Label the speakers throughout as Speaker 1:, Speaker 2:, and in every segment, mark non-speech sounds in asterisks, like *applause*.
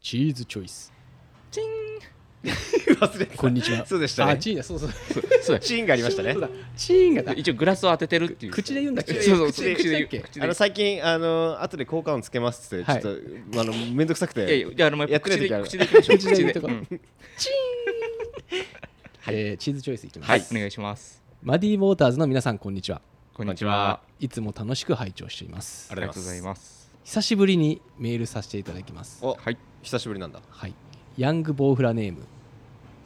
Speaker 1: チーズチョイス。
Speaker 2: チン忘
Speaker 3: *laughs*
Speaker 2: れてた
Speaker 1: こんにちは。
Speaker 2: そうでしたね
Speaker 1: あ、チーンだ、そうそう。
Speaker 3: そう
Speaker 2: チンがありましたね
Speaker 1: そうだ。チーンがだ。
Speaker 3: 一応グラスを当ててるっていう
Speaker 1: 口で言うんだっけ
Speaker 3: そうそう
Speaker 2: 口で
Speaker 3: 口
Speaker 1: 口で
Speaker 3: で言
Speaker 1: 言う
Speaker 3: う口で
Speaker 2: あ
Speaker 3: 言
Speaker 2: の
Speaker 3: う
Speaker 2: 最近あの後で効果音つけますってちょ
Speaker 1: は
Speaker 2: っ
Speaker 1: い
Speaker 2: と、あのめんどくさくて
Speaker 3: いやいやいやあのや
Speaker 2: や
Speaker 3: っ
Speaker 2: っ
Speaker 3: ぱ
Speaker 2: てる
Speaker 3: 口で
Speaker 2: 時ある
Speaker 3: 口で行きましょう
Speaker 1: 口で言うとこ
Speaker 3: うん
Speaker 1: えーチーズチョイスいきます。
Speaker 3: はいお願いします
Speaker 1: マディウォーターズの皆さん、こんにちは。
Speaker 3: こんにちは
Speaker 1: はいつも楽しく拝聴しています
Speaker 3: あ
Speaker 2: あ。
Speaker 3: り
Speaker 2: り
Speaker 3: が
Speaker 2: が
Speaker 3: と
Speaker 2: と
Speaker 3: う
Speaker 2: う
Speaker 3: ござ
Speaker 2: ござ
Speaker 3: い
Speaker 2: い
Speaker 3: ます
Speaker 1: 久しぶりにメールさせていただきます。
Speaker 2: お
Speaker 3: はい
Speaker 2: 久しぶりなんだ
Speaker 1: はい。ヤングボウフラネーム、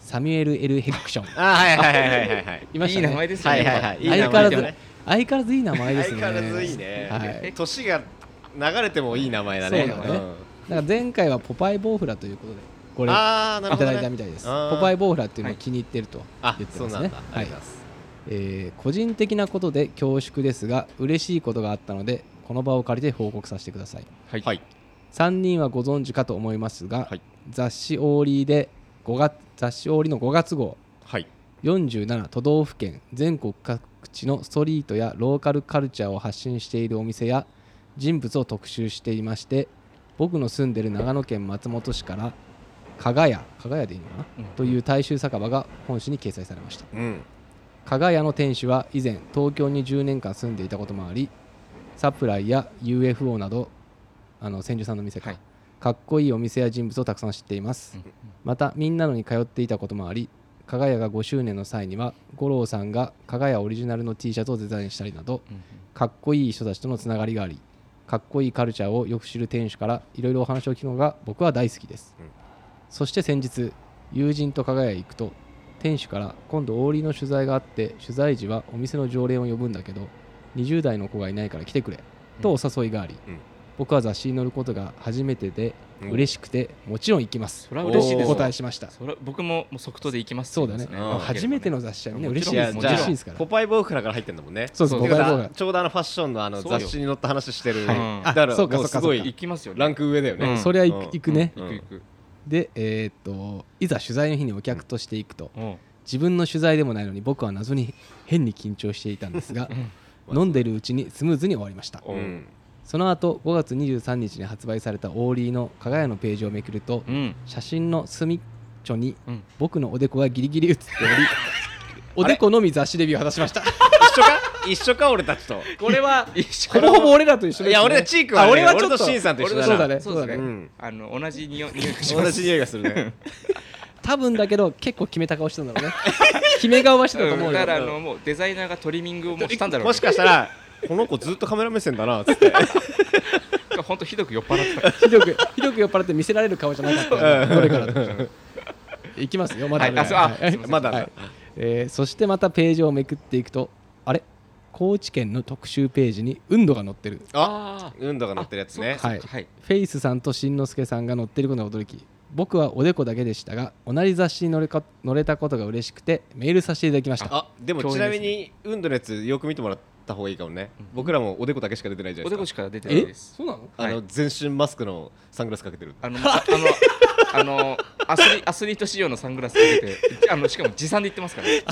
Speaker 1: サミュエル・エル・ヘクション。
Speaker 2: あはいはいはいはいはい
Speaker 1: いまし
Speaker 3: い
Speaker 1: た
Speaker 3: い
Speaker 1: ね。
Speaker 3: 名前ですよ
Speaker 2: は
Speaker 3: ね
Speaker 2: いはいはいいい
Speaker 1: 相
Speaker 2: 名
Speaker 1: 変わら
Speaker 2: 前
Speaker 1: ず、
Speaker 2: だね
Speaker 1: 相変わらずいい名前です
Speaker 2: 相
Speaker 1: ね。
Speaker 2: 変わらずいいね、
Speaker 1: はい
Speaker 2: 年が流れてもいい名前だね
Speaker 1: そうだねなんか前回はポパイボウフラということで、こ
Speaker 2: うん
Speaker 1: れい
Speaker 2: ああなるほ
Speaker 1: ただ
Speaker 2: ど、
Speaker 1: い
Speaker 2: ね、
Speaker 1: たみたいです。
Speaker 2: あー
Speaker 1: ポパイボウフラっていうのを気に入ってると言っ
Speaker 2: あ
Speaker 1: て
Speaker 2: そ
Speaker 1: ま
Speaker 2: う
Speaker 1: す
Speaker 2: なん
Speaker 1: ね
Speaker 2: だ、。あ
Speaker 1: は
Speaker 2: り
Speaker 1: い
Speaker 2: がとうござい。ます
Speaker 1: えー個人的なことで恐縮ですが、嬉しいことがあったので、この場を借りて報告させてください。
Speaker 3: はい
Speaker 2: はい
Speaker 1: 3人はご存知かと思いますが、
Speaker 2: はい
Speaker 1: 雑誌オーリーで5月雑誌オーリーの5月号
Speaker 2: はい
Speaker 1: 47都道府県全国各地のストリートやローカルカルチャーを発信しているお店や人物を特集していまして僕の住んでる長野県松本市から加賀屋加賀屋でいいのかな、
Speaker 3: うん
Speaker 1: という大衆酒場が本誌に掲載されました
Speaker 2: うん
Speaker 1: 加賀屋の店主は以前東京に10年間住んでいたこともありサプライや UFO などあの千住さんの店か、
Speaker 3: はい
Speaker 1: かっこいいお店や人物をたくさん知っています、
Speaker 3: うん
Speaker 1: またみんなのに通っていたこともあり加賀屋が5周年の際には五郎さんが加賀屋オリジナルの T シャツをデザインしたりなど
Speaker 3: うん
Speaker 1: かっこいい人たちとのつながりがありかっこいいカルチャーをよく知る店主からいろいろお話を聞くのが僕は大好きです、
Speaker 2: うん
Speaker 1: そして先日友人と加賀屋へ行くと店主から今度オーリーの取材があって取材時はお店の常連を呼ぶんだけど20代の子がいないから来てくれとお誘いがあり、
Speaker 2: うん
Speaker 1: 僕は雑誌に載ることが初めてで
Speaker 2: うん
Speaker 1: 嬉しくてもちろん行きます、
Speaker 3: それは嬉しいです
Speaker 1: お
Speaker 3: よ
Speaker 1: 答えしました
Speaker 3: それは僕ももう即答でいきます
Speaker 1: そうだね
Speaker 3: です
Speaker 2: うん
Speaker 1: 初めての雑誌はね
Speaker 3: も
Speaker 1: 嬉
Speaker 3: ちろ
Speaker 1: し
Speaker 3: ん
Speaker 1: いです
Speaker 3: も
Speaker 2: じ
Speaker 3: ちろ
Speaker 2: ゃ
Speaker 3: ん
Speaker 1: 嬉しいですか
Speaker 2: あ
Speaker 1: ら
Speaker 2: ポパイボーフラから入ってんだもんね
Speaker 1: そうです
Speaker 3: そう
Speaker 1: ポ
Speaker 2: て
Speaker 1: パ
Speaker 2: か
Speaker 1: イボ
Speaker 2: さ
Speaker 1: ーが
Speaker 2: ちょうどあのファッションのあの
Speaker 3: そうよ
Speaker 2: 雑誌に載った話してる、
Speaker 3: はい
Speaker 2: だから
Speaker 1: あそうか
Speaker 2: もう
Speaker 1: そうか
Speaker 2: す
Speaker 1: そ
Speaker 2: ご
Speaker 1: うか
Speaker 3: 行
Speaker 2: い
Speaker 3: きますよね
Speaker 2: ランク上だよね、
Speaker 3: うん
Speaker 1: それは行
Speaker 2: うん
Speaker 1: く行くね、
Speaker 3: 行く行く
Speaker 1: でえーっといざ取材の日にお客として行くと、
Speaker 3: うん
Speaker 1: 自分の取材でもないのに僕は謎に変に緊張していたん
Speaker 2: *laughs*
Speaker 1: ですが飲んでるうちにスムーズに終わりました
Speaker 3: お
Speaker 2: うん
Speaker 1: その後5月23日に発売されたオーリーの加賀屋のページをめくると
Speaker 3: うん
Speaker 1: 写真の隅っちょに
Speaker 3: うん
Speaker 1: 僕のおでこがギリギリ写って
Speaker 2: *laughs*
Speaker 1: おりおでこのみ雑誌デビューを果たしました
Speaker 2: 一緒か一緒か俺たちと
Speaker 1: これは
Speaker 3: 一緒
Speaker 1: ほぼほぼ俺らと一緒です、ね、
Speaker 2: いや俺らチークはね
Speaker 1: あ俺はちょっ
Speaker 2: 俺
Speaker 1: と
Speaker 2: とシンさんと一緒だな
Speaker 1: そうだね
Speaker 3: そう
Speaker 1: そうだ
Speaker 3: だね
Speaker 1: ね
Speaker 2: うん
Speaker 3: あの同じ匂い匂いがします
Speaker 2: 同じ匂いがするね
Speaker 1: 多分だけど結構決めた顔してたんだろうね *laughs* 決め顔はしてたと思
Speaker 3: うん
Speaker 1: うよ
Speaker 3: だからあのもうデザイナーがトリミングをもうしたんだろう
Speaker 2: もしかしたらこの子ずっとカメラ目線だなっつって
Speaker 3: ら本当ひどく酔っ払ってたか
Speaker 1: ひどくひどく酔っ払って見せられる顔じゃなかったよねこれから
Speaker 3: らうん
Speaker 1: いきますよ、まだ
Speaker 3: はいあそうあ
Speaker 1: はい
Speaker 3: すいません
Speaker 2: まだだ
Speaker 1: はいえーそしてまたページをめくっていくと、あれ高知県の特集ページに運動が載ってる。
Speaker 3: あ
Speaker 2: 運動が乗ってるやつね
Speaker 1: はい
Speaker 3: ーはい
Speaker 1: フェイスさんとしんのすけさんが載ってることに驚き、僕はおでこだけでしたが、同じ雑誌に載れか載れたことが嬉しくて、メールさせていただきました。
Speaker 2: あでも
Speaker 3: 共
Speaker 2: ち
Speaker 3: 演
Speaker 2: なみに運動のやつよく見てもらった方がいいかもね僕らもおでこだけしか出てないじゃな
Speaker 3: お
Speaker 2: い
Speaker 3: で
Speaker 2: で
Speaker 3: こ
Speaker 2: す
Speaker 3: し
Speaker 2: か
Speaker 3: か出てないです
Speaker 1: うなの
Speaker 2: あ
Speaker 3: は
Speaker 2: の
Speaker 3: い
Speaker 2: 全身マスクのサングラスかけてる
Speaker 3: あのあのあのアスリアスリート仕様のサングラスかけてあのしかも持参で行ってますからね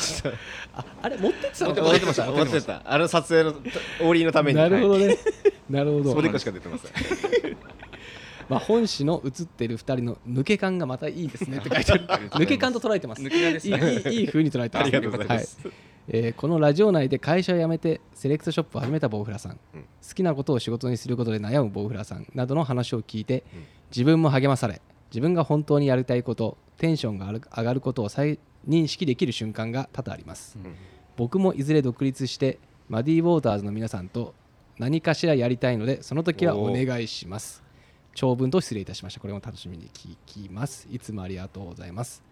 Speaker 1: ああれ、持ってってたの
Speaker 3: 持って
Speaker 2: 持ってました
Speaker 3: 持
Speaker 2: 持
Speaker 3: っ
Speaker 2: って
Speaker 3: ま
Speaker 2: て
Speaker 3: した
Speaker 2: あの撮影のオーリーのために
Speaker 1: なるほどね。なるほ
Speaker 2: はい
Speaker 1: ど
Speaker 2: お。でこしか出てません
Speaker 1: まあ、本誌の写ってる2人の抜け感がまたいいですねって書いてある。抜け感と捉えてます。
Speaker 3: 抜け感ですね
Speaker 1: いいいいいい風に捉えてます。
Speaker 2: *laughs* ありがとうございます
Speaker 1: はえーこのラジオ内で会社を辞めてセレクトショップを始めたボウフラさん、
Speaker 2: うん
Speaker 1: 好きなことを仕事にすることで悩むボウフラさんなどの話を聞いて、
Speaker 2: うん
Speaker 1: 自分も励まされ自分が本当にやりたいことテンションが上がる上がることを再認識できる瞬間が多々あります、
Speaker 3: うん
Speaker 1: 僕もいずれ独立してマディウォーターズの皆さんと何かしらやりたいのでその時はお願いします長文と失礼いたしましたこれも楽しみに聞きますいつもありがとうございます、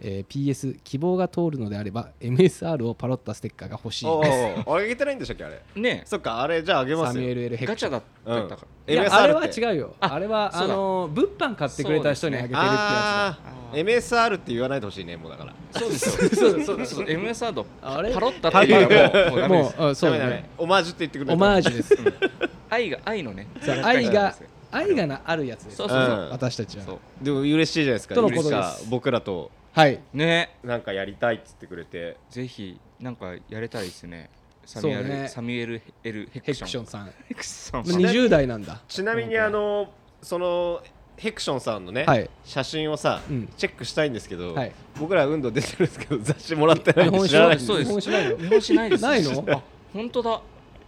Speaker 1: えー PS 希望が通るのであれば MSR をパロったステッカーが欲しい
Speaker 2: お
Speaker 1: です
Speaker 2: ーあげてないんでしたっけあれ
Speaker 3: ね
Speaker 2: そっかあれじゃああげま
Speaker 1: サ
Speaker 2: す
Speaker 1: ミュエ
Speaker 2: よ
Speaker 1: ル・エル・ヘ
Speaker 3: ガ
Speaker 1: クチ
Speaker 3: チ
Speaker 1: ョ
Speaker 3: ャ
Speaker 1: ン
Speaker 3: だったから
Speaker 1: いやあれは
Speaker 2: う
Speaker 1: 違うよ
Speaker 3: あ
Speaker 1: あれは
Speaker 3: そ
Speaker 1: あ
Speaker 3: うだ
Speaker 1: の物販買ってくれた人にあげてるってや
Speaker 2: あ
Speaker 3: あ
Speaker 2: ー MSR って言わないでほしいねもうだから
Speaker 3: そうですよそうそうそう MS ワード
Speaker 1: あれ
Speaker 3: パロッタっていうのはもうもう
Speaker 1: つもううんそ
Speaker 3: ダメです
Speaker 1: うだ
Speaker 2: ダメダメ
Speaker 1: ね
Speaker 2: オマージュって言ってくれ
Speaker 1: オマー
Speaker 2: ジ
Speaker 1: ジュです
Speaker 3: 愛が愛のね
Speaker 1: そう愛が
Speaker 3: そう
Speaker 1: 愛がなあるやつです
Speaker 3: そうそう
Speaker 1: 私たち
Speaker 3: そ
Speaker 1: は
Speaker 3: う
Speaker 2: ュでも嬉しいじゃないですか
Speaker 1: とのこ
Speaker 2: 嬉
Speaker 1: と
Speaker 2: し
Speaker 1: です
Speaker 2: か僕らと
Speaker 1: はい
Speaker 3: ね
Speaker 2: なんかやりたいって言ってくれて
Speaker 3: ぜひなんかやれたらいいですねサ
Speaker 1: そう
Speaker 3: ミ
Speaker 1: ね
Speaker 3: ュエル、サミュエルエル
Speaker 1: ヘ
Speaker 3: ヘクシ
Speaker 1: ク
Speaker 3: ョン
Speaker 1: ションさん
Speaker 3: ヘクション
Speaker 2: ね
Speaker 1: 20代なんだ
Speaker 2: ちなみに
Speaker 1: うん
Speaker 2: あのそのヘクションさんのね、
Speaker 1: はい
Speaker 2: 写真をさ、
Speaker 1: うん
Speaker 2: チェックしたいんですけど、
Speaker 1: はい
Speaker 2: 僕ら運動出てるんですけど雑誌もらってないんで
Speaker 1: 本
Speaker 2: 知らないん
Speaker 1: 酒
Speaker 2: で
Speaker 3: 知
Speaker 2: す
Speaker 3: らな
Speaker 1: 日本酒ないの
Speaker 3: い日本史ないです *laughs*
Speaker 1: ないの
Speaker 3: あ本当だ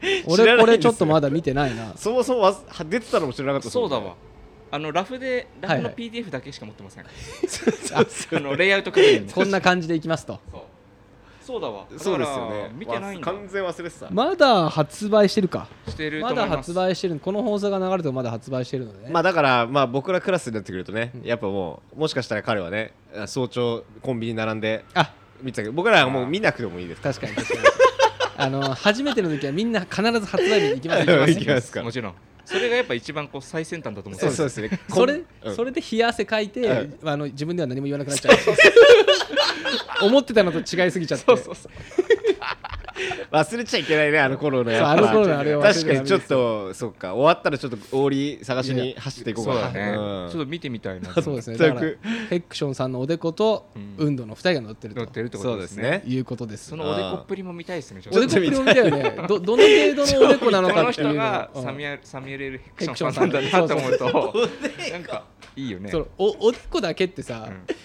Speaker 2: 知らないんです
Speaker 1: 俺
Speaker 2: よ
Speaker 1: これちょっとまだ見てない
Speaker 3: *laughs*
Speaker 1: な
Speaker 2: そもそもわは出てたのも知らなかったです
Speaker 3: そう
Speaker 2: も
Speaker 3: ん
Speaker 2: ね
Speaker 3: だわあのラフでラフの
Speaker 1: はい
Speaker 3: PDF だけしか持ってません、
Speaker 2: そうですよ
Speaker 3: あのレイアウト確認
Speaker 1: *laughs*
Speaker 3: の
Speaker 1: こんな感じでいきますと
Speaker 3: そう *laughs* そうだわだから
Speaker 2: *laughs* そうですよね
Speaker 3: 見てないんだ
Speaker 2: わ完全忘れてたま
Speaker 1: まだ発売してるか
Speaker 3: してると
Speaker 1: ま
Speaker 3: 思いま
Speaker 1: だ
Speaker 3: す
Speaker 1: 発売してるこの放送が流れるとまだ発売してるのでね
Speaker 2: あだからまあ僕らクラスになってくるとね、やっぱもうもしかしたら彼はねあ早朝コンビニ並んで
Speaker 1: あ
Speaker 2: 見てたけど僕らはもう見なくてもいいですから
Speaker 1: 確かに確
Speaker 3: *laughs*
Speaker 1: かにあの初めての時はみんな必ず発売日に行
Speaker 3: *laughs*
Speaker 1: きます
Speaker 2: 行
Speaker 1: 行
Speaker 2: き
Speaker 1: き
Speaker 2: ま
Speaker 1: ます
Speaker 2: すから
Speaker 3: もちろんそれがやっぱ一番こう最先端だと思って
Speaker 2: そう
Speaker 3: ま
Speaker 2: ですすそうですね
Speaker 1: それ
Speaker 2: うん
Speaker 1: それで冷や汗かいて、
Speaker 2: うん
Speaker 1: あの自分では何も言わなくなっちゃ
Speaker 3: *laughs*
Speaker 1: う思ってたのと違いすぎちゃって
Speaker 3: そうそうそう
Speaker 2: 忘れちゃいけないねあの頃のやっぱ
Speaker 1: そうあの頃のあれを忘れちゃ
Speaker 2: 確
Speaker 1: ダ
Speaker 2: か
Speaker 1: メ
Speaker 2: にちょっとそっか終わったらちょっとオーリ探し
Speaker 1: い
Speaker 2: に走っていこうか
Speaker 3: そうだ
Speaker 2: な
Speaker 3: ね、
Speaker 2: ん
Speaker 3: ちょっと見てみたいな
Speaker 1: そうですねだ
Speaker 2: 全
Speaker 1: か
Speaker 2: く
Speaker 1: らヘクションさんのおでこと、
Speaker 3: うん
Speaker 1: 運動の2人が乗ってる
Speaker 3: 乗って
Speaker 1: と
Speaker 3: るってことですね
Speaker 2: そうですね
Speaker 1: いうことです
Speaker 3: そのおでこっぷりも見たいですねちょっ
Speaker 1: お
Speaker 3: と
Speaker 1: でこっぷりも見たよねどどの程度のおでこなの
Speaker 3: こ
Speaker 1: か
Speaker 3: の
Speaker 1: って
Speaker 3: *laughs*
Speaker 1: いう
Speaker 3: 人が
Speaker 1: のを
Speaker 3: サ
Speaker 1: うん
Speaker 3: ミュエルサミュエル・ヘクションさんなんだなと思うとなんかいいよね
Speaker 1: そのおおでこだけってさ、
Speaker 3: うん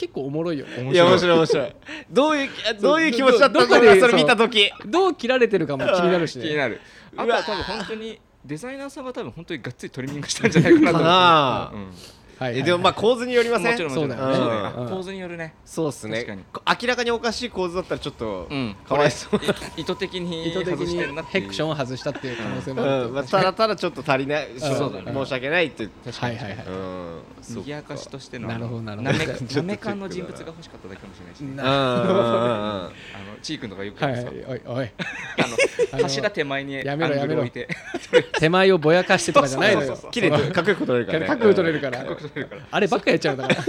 Speaker 1: 結構おもろいよね
Speaker 2: いや面白い面白いどういうあどういう気持ちだった
Speaker 1: ど
Speaker 2: の
Speaker 1: ど
Speaker 2: か
Speaker 1: こで
Speaker 2: なそれ見た時
Speaker 1: どう切られてるかも気になるし
Speaker 3: 気に
Speaker 1: ね
Speaker 3: なる
Speaker 2: う
Speaker 3: あ
Speaker 2: わ
Speaker 3: とは多分本当にデザイナーさんが多分本当にがっつりトリミングしたんじゃないかなと
Speaker 2: か
Speaker 3: 思う
Speaker 2: な
Speaker 3: うん
Speaker 1: はいはい
Speaker 2: えでもまあ構図によりませ
Speaker 3: もちろん
Speaker 2: ん
Speaker 3: もちろ
Speaker 1: そうだ
Speaker 3: ん
Speaker 2: よね
Speaker 3: そうだよね
Speaker 1: うん
Speaker 3: あ構図によるね
Speaker 2: そうです
Speaker 3: 確かに
Speaker 2: ねこ明らかにおかしい構図だったらちょっと
Speaker 3: うん
Speaker 2: かわいそう
Speaker 3: 意図的に
Speaker 1: 意図的
Speaker 3: 外してんな
Speaker 1: に
Speaker 3: ってい
Speaker 1: ヘ
Speaker 3: う
Speaker 1: クションを外したっていう可能性もある
Speaker 2: うんまあただただちょっと足りないしょ
Speaker 1: そう
Speaker 3: だね
Speaker 2: 申し訳ないってうん
Speaker 1: はいはいはい
Speaker 2: そっ
Speaker 3: 賑やかしとしての
Speaker 1: なるほどなるほど
Speaker 3: なめか
Speaker 2: ちょっとチェックだ
Speaker 3: なめかんの人物が欲しかっただけかもしれないしね
Speaker 2: うんうんうんうん
Speaker 3: あのチー君とかよく
Speaker 1: はいは
Speaker 3: やる
Speaker 1: い
Speaker 3: さ
Speaker 1: おいおい
Speaker 3: あの
Speaker 1: の
Speaker 3: 柱手前にア
Speaker 1: や
Speaker 3: ン
Speaker 1: めろ
Speaker 3: グ
Speaker 1: やめ
Speaker 3: ル
Speaker 1: ろ
Speaker 3: 置いて
Speaker 1: 手前をぼやかしてとかじゃないの
Speaker 3: そう
Speaker 1: よ
Speaker 3: そうそうそう
Speaker 2: 綺麗にかっこよく撮れるからね
Speaker 1: 角度取れる
Speaker 2: ら
Speaker 1: から
Speaker 3: 撮れるから
Speaker 1: あればっかやっちゃうだから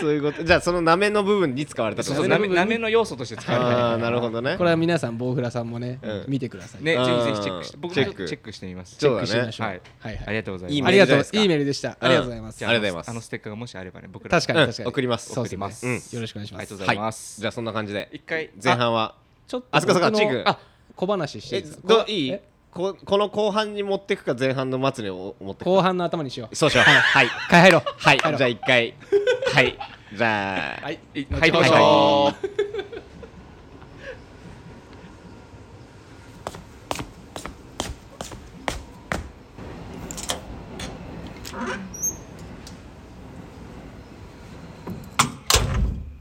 Speaker 2: そういうことじゃあそのなめの部分に使われたって
Speaker 3: そう
Speaker 2: こ
Speaker 3: そ
Speaker 2: と
Speaker 3: う
Speaker 2: ね
Speaker 3: なめなめの要素として使える
Speaker 2: ああなるほどね
Speaker 1: これは皆さん、ボウフラさんもね
Speaker 2: うん、
Speaker 1: 見てください。
Speaker 3: ね、
Speaker 2: うん
Speaker 3: ぜひぜひチェックして、僕もちょっと
Speaker 2: チェック
Speaker 3: チェックしてみます。
Speaker 1: チ
Speaker 2: そ
Speaker 1: ェッ
Speaker 2: うだ
Speaker 1: クしま
Speaker 2: ね
Speaker 1: しょう。
Speaker 3: はい
Speaker 1: はい
Speaker 3: あ
Speaker 1: は
Speaker 3: り
Speaker 1: い。
Speaker 3: がとうございます。
Speaker 2: いい
Speaker 1: あ
Speaker 2: メー
Speaker 1: り
Speaker 2: ル
Speaker 1: がと
Speaker 2: じゃないうです。か
Speaker 1: いいメールでした。ありがとうございます。
Speaker 3: じ
Speaker 1: 確
Speaker 3: ゃ
Speaker 1: か
Speaker 3: あ
Speaker 2: ありがとうございます
Speaker 3: あのステッカーがもしあればね、僕ら
Speaker 1: に
Speaker 2: うん
Speaker 1: 確かに。
Speaker 2: 送ります
Speaker 1: そうですね
Speaker 3: 送ります
Speaker 2: うん
Speaker 1: よろしくお願いしま
Speaker 3: ありがとう
Speaker 1: す。
Speaker 3: ございます。
Speaker 2: じゃあそんな感じで
Speaker 3: 一回
Speaker 2: 前半は
Speaker 1: ちょっと
Speaker 2: あそこそこ
Speaker 1: 僕の
Speaker 2: チーク
Speaker 1: あ、小話してい
Speaker 2: え
Speaker 1: いですか
Speaker 2: どいい
Speaker 1: え
Speaker 2: ここの後半に持ってくか前半の末にお持 *laughs* ってく
Speaker 1: 後半の頭にしよう。
Speaker 2: そうしようはい
Speaker 1: 買い入ろう。
Speaker 2: はい
Speaker 1: 帰ろう
Speaker 2: じゃあ一回はいじゃあ
Speaker 1: はい。
Speaker 3: あ
Speaker 1: は
Speaker 3: はいい、どうぞ。
Speaker 2: は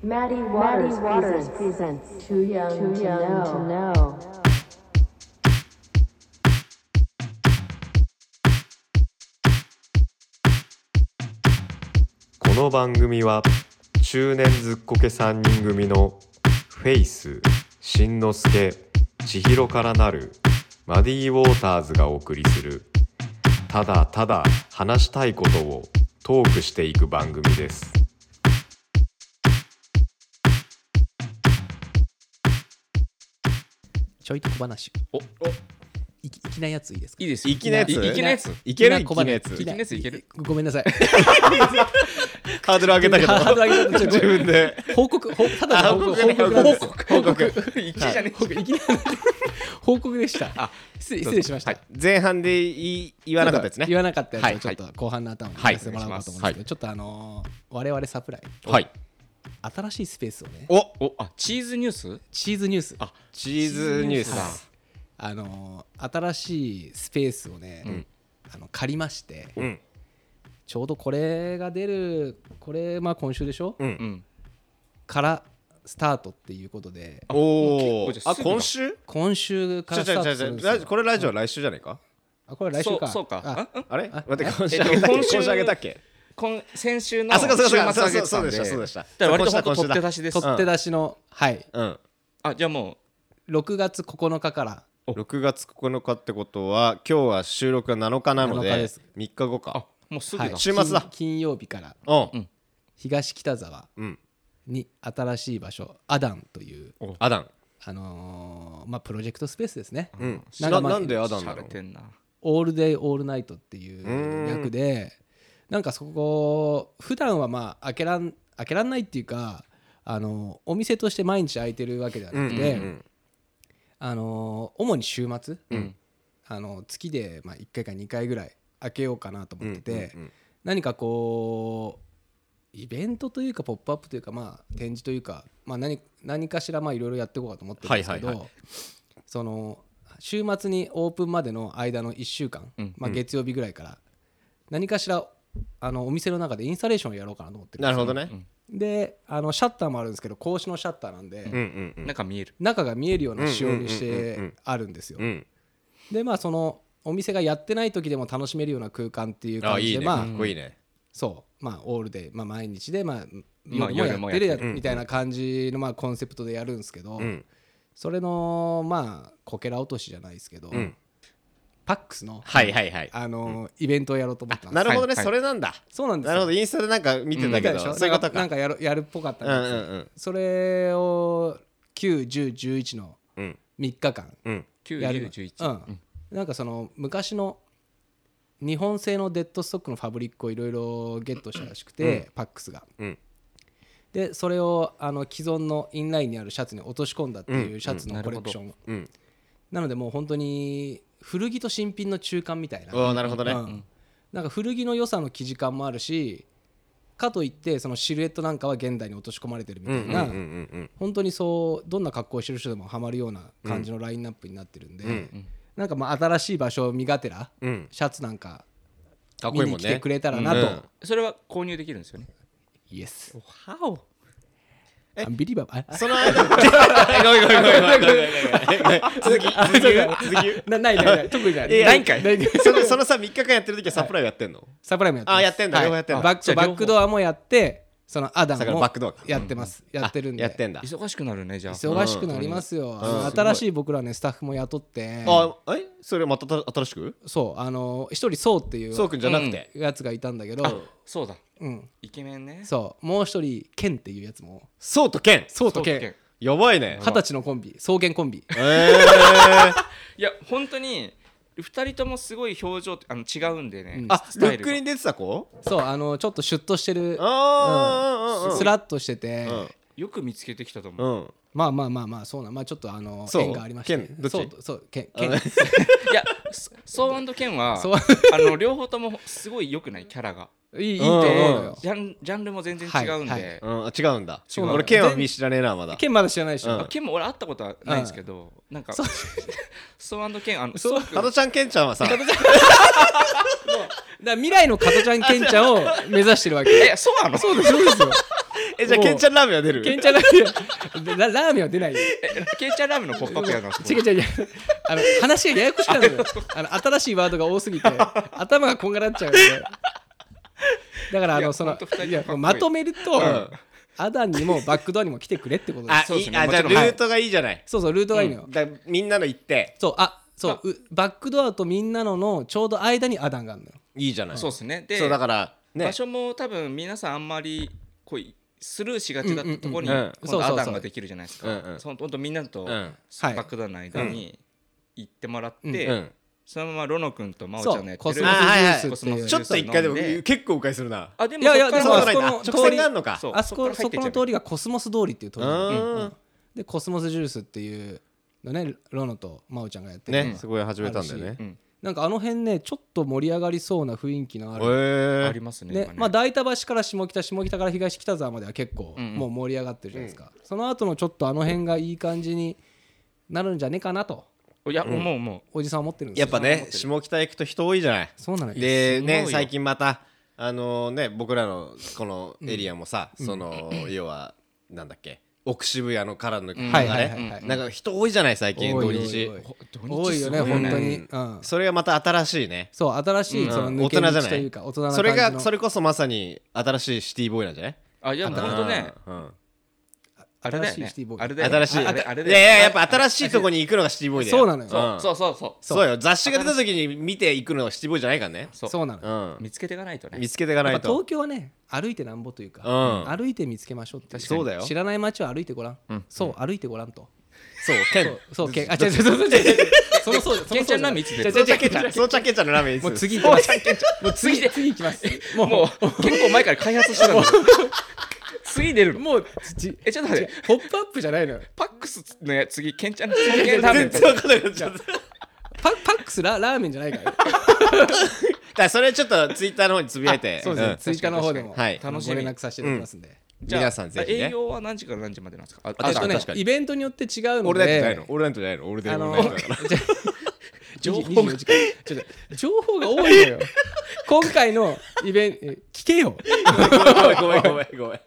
Speaker 4: Maddie Waters, Waters presents, Too Young, too young to, know.
Speaker 5: この番組は中年ずっこけ3人組のフェイスしんのすけ千尋からなるマディウォーターズがお送りするただただ話したいことをトークしていく番組です。
Speaker 1: ちょいと小話。
Speaker 3: お、
Speaker 1: いきいきなやついいですか
Speaker 3: いいですよ。
Speaker 2: 粋なやつ
Speaker 3: い粋なやつ。
Speaker 2: いけるい
Speaker 1: 小
Speaker 2: け
Speaker 1: 話
Speaker 2: るやつ
Speaker 1: 粋な
Speaker 3: 粋なやついける
Speaker 1: ごめんなさ
Speaker 2: *laughs*
Speaker 1: い。
Speaker 2: ハードル上げたけど
Speaker 1: ハードル上げたけど
Speaker 2: 自分で
Speaker 1: 報告、報ただの報告、
Speaker 2: あ報告ね
Speaker 1: 報
Speaker 2: 報
Speaker 1: 告
Speaker 2: 告
Speaker 1: 報告。
Speaker 3: *laughs* いきじゃね
Speaker 1: 報告いきなり報告でした。失礼失礼しました。
Speaker 2: 前半で言い言わなかったですね
Speaker 1: 言わなかったやつをちょ
Speaker 2: は
Speaker 1: っ
Speaker 2: い
Speaker 1: と後半の頭に
Speaker 2: は
Speaker 1: さ
Speaker 2: い
Speaker 1: せてもらおうかと思うんですけど、ちょっとあのー我々サプライ
Speaker 2: はい
Speaker 1: 新しいスペースをね
Speaker 2: お
Speaker 3: お、あ、チーズニュース
Speaker 1: チーズニュースあ
Speaker 2: チーズニュースさん
Speaker 1: のー新しいスペースをね、
Speaker 3: ん
Speaker 1: あの借りまして、
Speaker 2: うん
Speaker 1: ちょうどこれが出るこれまあ今週でしょ、
Speaker 2: うん
Speaker 3: うん。
Speaker 1: からスタートっていうことで
Speaker 2: お
Speaker 3: もう
Speaker 2: お
Speaker 3: 結構じゃあ
Speaker 2: あ
Speaker 3: すぐだ
Speaker 2: 今週
Speaker 1: 今週か
Speaker 2: ちょ
Speaker 1: らス
Speaker 2: ち
Speaker 1: タ
Speaker 2: ょ
Speaker 1: ートするんで
Speaker 2: ちょちょ
Speaker 1: すよ
Speaker 2: ラジこれラジオは来週じゃないか
Speaker 1: あこれ来週か
Speaker 3: そうそうか。あん
Speaker 2: あれ
Speaker 1: あ
Speaker 2: 待って
Speaker 1: あ
Speaker 2: 今週
Speaker 3: えっ
Speaker 2: 上げ
Speaker 3: と
Speaker 2: たっ
Speaker 3: 今週
Speaker 2: け今週上げたっけ
Speaker 3: 今先週の
Speaker 2: あそうかそう
Speaker 3: 週末
Speaker 2: かそうか
Speaker 3: 上げてたんで。
Speaker 2: そうそうそうでしたそうでし
Speaker 3: だか
Speaker 2: た
Speaker 3: ら割と本
Speaker 2: 今
Speaker 3: 当
Speaker 2: 週
Speaker 3: 取
Speaker 2: だ
Speaker 3: って出しです。
Speaker 1: 取って出しの、はい
Speaker 2: うん
Speaker 3: あ、じゃあも
Speaker 1: 6月9日から
Speaker 2: 6月9日ってことは今日は収録が7日なの
Speaker 1: 7日
Speaker 2: で
Speaker 1: です
Speaker 2: 3日後
Speaker 3: う、あ
Speaker 2: か、
Speaker 3: もうすぐだ
Speaker 1: はい。
Speaker 2: 週末だ
Speaker 1: 金金曜日から
Speaker 2: うん
Speaker 1: 東北沢
Speaker 2: うん
Speaker 1: に新しい場所アダンという、
Speaker 2: アダン
Speaker 1: あのーまあ、プロジェクトスペースですね、
Speaker 2: うん
Speaker 1: な
Speaker 2: なん
Speaker 1: か
Speaker 2: な
Speaker 1: まあ
Speaker 2: んでアダンな
Speaker 3: 洒
Speaker 2: の
Speaker 3: 落てんな。
Speaker 1: オールデイオールナイトっていう
Speaker 2: ーん
Speaker 1: 略でなんかそこ普段はまあ開けらん開けらんないっていうかあのお店として毎日開いてるわけではなくて、
Speaker 2: うん
Speaker 1: あの主に週末、
Speaker 3: ん
Speaker 1: あの月でまあ1回か2回ぐらい開けようかなと
Speaker 2: うん
Speaker 1: 思ってて、
Speaker 2: うんうん
Speaker 1: 何かこうイベントというかポップアップというかまあ展示というか、まあ、何何かしらまあいろいろやっていこうかと思ってるんですけど、
Speaker 2: はいはい
Speaker 1: その週末にオープンまでの間の1週間、
Speaker 3: うん
Speaker 1: まあ、月曜日ぐらいから何かしらあのお店の中でインスタレーションをやろうかなと思ってるん
Speaker 2: な
Speaker 1: です
Speaker 2: る
Speaker 1: よ
Speaker 2: ほどね
Speaker 3: う。ん
Speaker 1: であのシャッターもあるんですけど格子のシャッターなんで、
Speaker 2: うんうんうん。
Speaker 3: 中見える
Speaker 1: 中が見えるような仕様にし
Speaker 2: うんうんうんうんう
Speaker 1: て
Speaker 2: ん
Speaker 1: あるんですよ
Speaker 2: う。ん。
Speaker 1: でまあそのお店がやってない時でも楽しめるような空間っていう
Speaker 2: あ
Speaker 1: 感
Speaker 2: い
Speaker 1: じ
Speaker 2: い
Speaker 1: で
Speaker 2: ね。
Speaker 1: ま
Speaker 2: か
Speaker 1: あ
Speaker 2: っこいいね。
Speaker 1: そうまあオールで、まあ、毎日でまあ
Speaker 3: まあ
Speaker 1: 夜もやってるや
Speaker 3: 夜もやっ
Speaker 2: る
Speaker 1: みたいな感じのまあコンセプトでやるんですけど、
Speaker 2: うん。
Speaker 1: それのまあこけら落としじゃないですけど、
Speaker 2: うん。
Speaker 1: パックスの、
Speaker 2: はいはいはい。
Speaker 1: あのイベントをやろうと思ったんです
Speaker 2: なるほどね、
Speaker 3: はいはい
Speaker 2: それなんだ。
Speaker 1: そうなんです
Speaker 2: な
Speaker 1: よ
Speaker 2: るほど、インスタでなんか見てたけ
Speaker 1: 見た
Speaker 2: ど、
Speaker 1: でしょ
Speaker 2: そういうこと
Speaker 1: な
Speaker 2: か
Speaker 1: ん。かやるやるっぽかったん
Speaker 2: うん
Speaker 1: です
Speaker 2: うん
Speaker 1: よ
Speaker 2: うん
Speaker 1: それを9、10、11の
Speaker 2: うん
Speaker 1: 3日間
Speaker 2: うん。
Speaker 3: 9、
Speaker 1: やるの
Speaker 3: 10、
Speaker 1: う
Speaker 3: 11、
Speaker 1: んなんかその昔の日本製のデッドストックのファブリックをいろいろゲットしたらしくて、パックスが、
Speaker 2: うん
Speaker 1: でそれをあの既存のインラインにあるシャツに落とし込んだっていうシャツのコレクション、
Speaker 2: うん。
Speaker 1: なのでもう本当に古着と新品の中間みたいな、
Speaker 2: おーなるほどね。
Speaker 1: うんなんか古着の良さの生地感もあるしかといってそのシルエットなんかは現代に落とし込まれてるみた
Speaker 2: うん
Speaker 1: い
Speaker 2: うんうんう
Speaker 1: な、
Speaker 2: ん
Speaker 1: 本当にそうどんな格好をしてる人でもハマるような感じのラインナップになってるんで、
Speaker 2: ん
Speaker 1: なんかまあ新しい場所身がてら、
Speaker 2: うんうん。
Speaker 1: シャツなんか
Speaker 2: かっこ
Speaker 1: 見
Speaker 2: いい
Speaker 1: に
Speaker 2: もん
Speaker 1: 来
Speaker 2: ね。
Speaker 1: てくれたらなと、
Speaker 2: うん
Speaker 3: それは購入できるんですよね。
Speaker 1: イエス
Speaker 3: はお
Speaker 1: アンビリババー
Speaker 2: その間、ごめんごめんごめんごめんごめんごめんごめん。続き、続き、続き。
Speaker 1: なないない
Speaker 2: *laughs*
Speaker 1: ない特にない
Speaker 2: や
Speaker 3: ないんかい
Speaker 1: ないない
Speaker 2: そのそのさ、3日間やってる時はサプライやってんの
Speaker 1: *laughs* サプライもやってます
Speaker 2: あやってんだ
Speaker 1: はい
Speaker 2: 両方やってんだ
Speaker 1: バック
Speaker 3: じゃあ
Speaker 1: バ
Speaker 3: 両方
Speaker 1: ックドアもやってそのアダ
Speaker 2: だか
Speaker 1: ム
Speaker 2: ら
Speaker 1: も
Speaker 2: バックドアか
Speaker 1: やってますやってるんで
Speaker 2: やってんだ。
Speaker 3: 忙しくなるね、じゃあ。
Speaker 1: 忙しくなりますよ、あの
Speaker 2: うん
Speaker 1: 新しい僕らねスタッフも雇って
Speaker 2: あ、えそれまたた新しく
Speaker 1: そうあの一人そうっていう
Speaker 2: そうくんじゃなくて。
Speaker 1: やつがいたんだけど、
Speaker 3: そうだ、
Speaker 1: うん
Speaker 3: イケメンね。
Speaker 1: そうもう一人ケンっていうやつも
Speaker 2: そうとけん。
Speaker 1: そうと
Speaker 3: そうと
Speaker 1: ケ
Speaker 3: ケ
Speaker 2: ン。やばいね
Speaker 1: ン。二十歳のコンビ草原コンビ
Speaker 2: え
Speaker 3: いや、本当に、二人ともすごい表情ってあの違うんでね。
Speaker 1: うん
Speaker 2: あ、
Speaker 3: ス
Speaker 2: ル
Speaker 3: タイ
Speaker 2: ック
Speaker 3: ルが
Speaker 2: に出てた子
Speaker 1: そうあのちょっとシュッとしてる
Speaker 2: ああ、
Speaker 1: スラッとしてて、
Speaker 3: よく見つけてきたと思
Speaker 2: う
Speaker 3: う。
Speaker 2: ん。うん。
Speaker 1: まあまあまあまあそうなまあちょっとあの
Speaker 2: そう
Speaker 1: 縁がありましたね
Speaker 2: 剣どっち
Speaker 1: そうそう剣剣
Speaker 3: いや、そそうケンは、
Speaker 1: そう
Speaker 3: あの両方ともすごい良くないキャラが。
Speaker 1: いいいいと
Speaker 2: うん
Speaker 1: 思う
Speaker 2: う
Speaker 1: よ
Speaker 3: ジャンジャンルも全然違うんで。
Speaker 1: はいはい
Speaker 2: うん、あ違うんだ。
Speaker 1: うなの
Speaker 2: 俺、ケンは見知らねえな、まだ。
Speaker 1: 剣まだ知らないでし
Speaker 2: う
Speaker 1: ょ
Speaker 2: ん
Speaker 3: ケンも俺会ったことはないんですけど、なんか、そうケン、あの、そうくん
Speaker 2: 加トちゃん、ケンちゃんはさ、
Speaker 1: だから未来の加トちゃんケンちゃんを目指してる
Speaker 2: *laughs*
Speaker 1: わけ
Speaker 3: え、そうなの
Speaker 1: そうですそうですよ
Speaker 2: え、じゃあ、ケンちゃんラーメンは出る
Speaker 1: ケンちゃんラーメンララーメンは出ないよ
Speaker 3: えケイちゃんラーメンのポップアップやるのすごい
Speaker 1: 違う違う違うあの話がややこしくなるのよあの新しいワードが多すぎて頭がこんがらっちゃうんでだからあ
Speaker 3: い
Speaker 1: の
Speaker 3: や
Speaker 1: その
Speaker 3: ほんと二人とも
Speaker 1: いや
Speaker 3: かっこいい
Speaker 1: まとめると、
Speaker 2: ん
Speaker 1: アダンにもバックドアにも来てくれってことで
Speaker 2: あ
Speaker 1: す、
Speaker 3: そう
Speaker 2: い
Speaker 3: です
Speaker 2: い
Speaker 3: ね
Speaker 2: あ、じゃあ、
Speaker 3: もち
Speaker 2: ル
Speaker 3: ろん
Speaker 2: ートがいいじゃない。
Speaker 1: そうそうルートがいいのよ、
Speaker 2: だみんなの行って、
Speaker 1: そうあそううバックドアとみんなののちょうど間にアダンがあるのよ
Speaker 2: いいじゃない。
Speaker 3: そうで
Speaker 2: そ
Speaker 3: すね。
Speaker 2: う
Speaker 3: で、
Speaker 2: だから、ね
Speaker 3: 場。所も多分皆さんあんまりこうスルーしがちだったところに
Speaker 2: うんうんうんうん
Speaker 3: 今度
Speaker 1: そうそうそう
Speaker 3: アダンができるじゃないです
Speaker 2: うんうん
Speaker 3: か。本当みんなと
Speaker 2: うん
Speaker 3: バックダウンの間に行ってもらっ
Speaker 1: うん
Speaker 2: う
Speaker 3: て、
Speaker 2: ん。
Speaker 3: そのままロノ君と真央ち
Speaker 1: そ
Speaker 3: ゃんのや
Speaker 1: う
Speaker 3: っ
Speaker 1: コ
Speaker 3: て
Speaker 1: ス
Speaker 3: る
Speaker 1: モ。
Speaker 2: あはいはい
Speaker 1: スジュースっていう
Speaker 3: コスモ
Speaker 2: ちょっと一回でも
Speaker 3: で
Speaker 2: 結構誤解するな。
Speaker 3: あ、でも
Speaker 1: いやいや
Speaker 3: そっから
Speaker 1: でもあそ
Speaker 3: は
Speaker 1: この
Speaker 2: そこないんだ直線があるのか
Speaker 3: そう
Speaker 1: あそこそ
Speaker 3: そっ
Speaker 1: こ
Speaker 3: から入ってっちゃう
Speaker 1: の通りがコスモス通りっていう通りなの
Speaker 2: う
Speaker 1: よ
Speaker 2: ん
Speaker 1: うんでコスモスジュースっていうのねロノと真央ちゃんがやってるの
Speaker 2: ね、
Speaker 1: が
Speaker 2: そこで始めたんだよね
Speaker 3: う。ん
Speaker 1: なんかあの辺ねちょっと盛り上がりそうな雰囲気のあ
Speaker 2: へ
Speaker 1: る
Speaker 2: ー
Speaker 3: ありますね。
Speaker 1: ね
Speaker 3: 今ね
Speaker 1: まあ、大田橋から下北下北から東北沢までは結構
Speaker 3: うんうん
Speaker 1: もう盛り上がってるじゃないですか、その後のちょっとあの辺がいい感じになるんじゃねえかなと
Speaker 3: いや、もうも
Speaker 1: おじさんは思ってるんです
Speaker 2: や
Speaker 1: よ
Speaker 2: っぱね、下北行くと人多いじゃない。
Speaker 1: そうなのよ
Speaker 2: です
Speaker 3: ごい
Speaker 2: ね
Speaker 3: よ
Speaker 2: 最近またあのね僕らのこのエリアもさ、その要はなんだっけ奥渋谷のからの
Speaker 3: ん
Speaker 2: 流
Speaker 1: はいはいは
Speaker 2: れ
Speaker 1: いはい
Speaker 2: なんか人多いじゃない最近
Speaker 1: 多
Speaker 2: 土
Speaker 1: い
Speaker 2: 日
Speaker 1: 多い
Speaker 3: 土日
Speaker 1: 多いよね
Speaker 3: すごいよ
Speaker 1: 本
Speaker 3: ね。
Speaker 1: 当に、
Speaker 2: う
Speaker 1: うん、
Speaker 2: それがまた新しいね
Speaker 1: そう新しいその
Speaker 2: うん
Speaker 1: 抜
Speaker 2: 大
Speaker 1: け
Speaker 2: 人じ
Speaker 1: 道
Speaker 2: ゃな
Speaker 1: とい
Speaker 2: いう
Speaker 1: か大人な感じ
Speaker 2: それ
Speaker 1: の
Speaker 2: がそれこそまさに新しいシティボーイなんじゃないう
Speaker 3: あ、いや、もう本当ね。
Speaker 2: うん
Speaker 3: あれだ
Speaker 1: 新
Speaker 3: よ
Speaker 1: しい
Speaker 3: ね
Speaker 1: シティボー。イ
Speaker 3: あれだよね
Speaker 2: 新しい
Speaker 3: あれあれだよ
Speaker 2: い
Speaker 3: ね
Speaker 2: やいややっぱ新しいとこに行くのがシティボーイだよ
Speaker 1: そうなのよ
Speaker 2: ん
Speaker 3: そうそうそうそ
Speaker 2: そうよ雑誌が出た時に見て行くのがシティボーイじゃないからね
Speaker 3: そう
Speaker 1: そうなの
Speaker 2: う
Speaker 1: よ
Speaker 3: うん見つけていかないとね
Speaker 2: 見つけていかな
Speaker 1: や
Speaker 2: い
Speaker 1: っぱ東
Speaker 2: と
Speaker 1: 京はね歩いてなんぼというか、
Speaker 2: うん
Speaker 1: 歩いて見つけましょうってい
Speaker 2: そうだよ
Speaker 1: 知らない街を歩いてごらん、そう歩いてごらんと
Speaker 2: そうケン
Speaker 1: そうけんあ違う違う違う違う違うそのそうその
Speaker 3: ケンちゃんラーメンいつ出る
Speaker 2: そうちゃけちゃんそうちゃけちゃんのラーメンいつ
Speaker 1: もう次行きますもう次
Speaker 3: で
Speaker 1: 次行きますもう
Speaker 3: もう結構前から開発してたんだ次出るの
Speaker 1: もうじ
Speaker 3: えちょっと待って
Speaker 1: 違うポップアップじゃないのよ
Speaker 3: パックスのや次ケンちゃんの次ケンラーメ
Speaker 2: 全
Speaker 3: ン
Speaker 2: 然わかんなくなっちゃった *laughs*
Speaker 1: パパックスララーメンじゃないからね
Speaker 2: らそれちょっとツイッターの方につぶやいて
Speaker 1: そうですね、
Speaker 2: ん
Speaker 1: ツイッターの方でも、
Speaker 2: はい
Speaker 1: あの
Speaker 3: 楽しみ
Speaker 1: ご連絡させていただきますんで、
Speaker 3: じゃあ
Speaker 2: 皆さんぜひね
Speaker 3: 営業は何時から何時までなんですかあ
Speaker 2: あ
Speaker 1: えっとね
Speaker 2: 確かに
Speaker 1: イベントによって違うの
Speaker 2: 俺だってないの
Speaker 1: で
Speaker 2: 俺だってないの俺だ
Speaker 1: あの
Speaker 2: ってないの
Speaker 1: じゃあ情報がちょっと情報が多いの
Speaker 2: *laughs*
Speaker 1: よ今回のイベント聞けよ
Speaker 2: ごめんごめんごめんごめん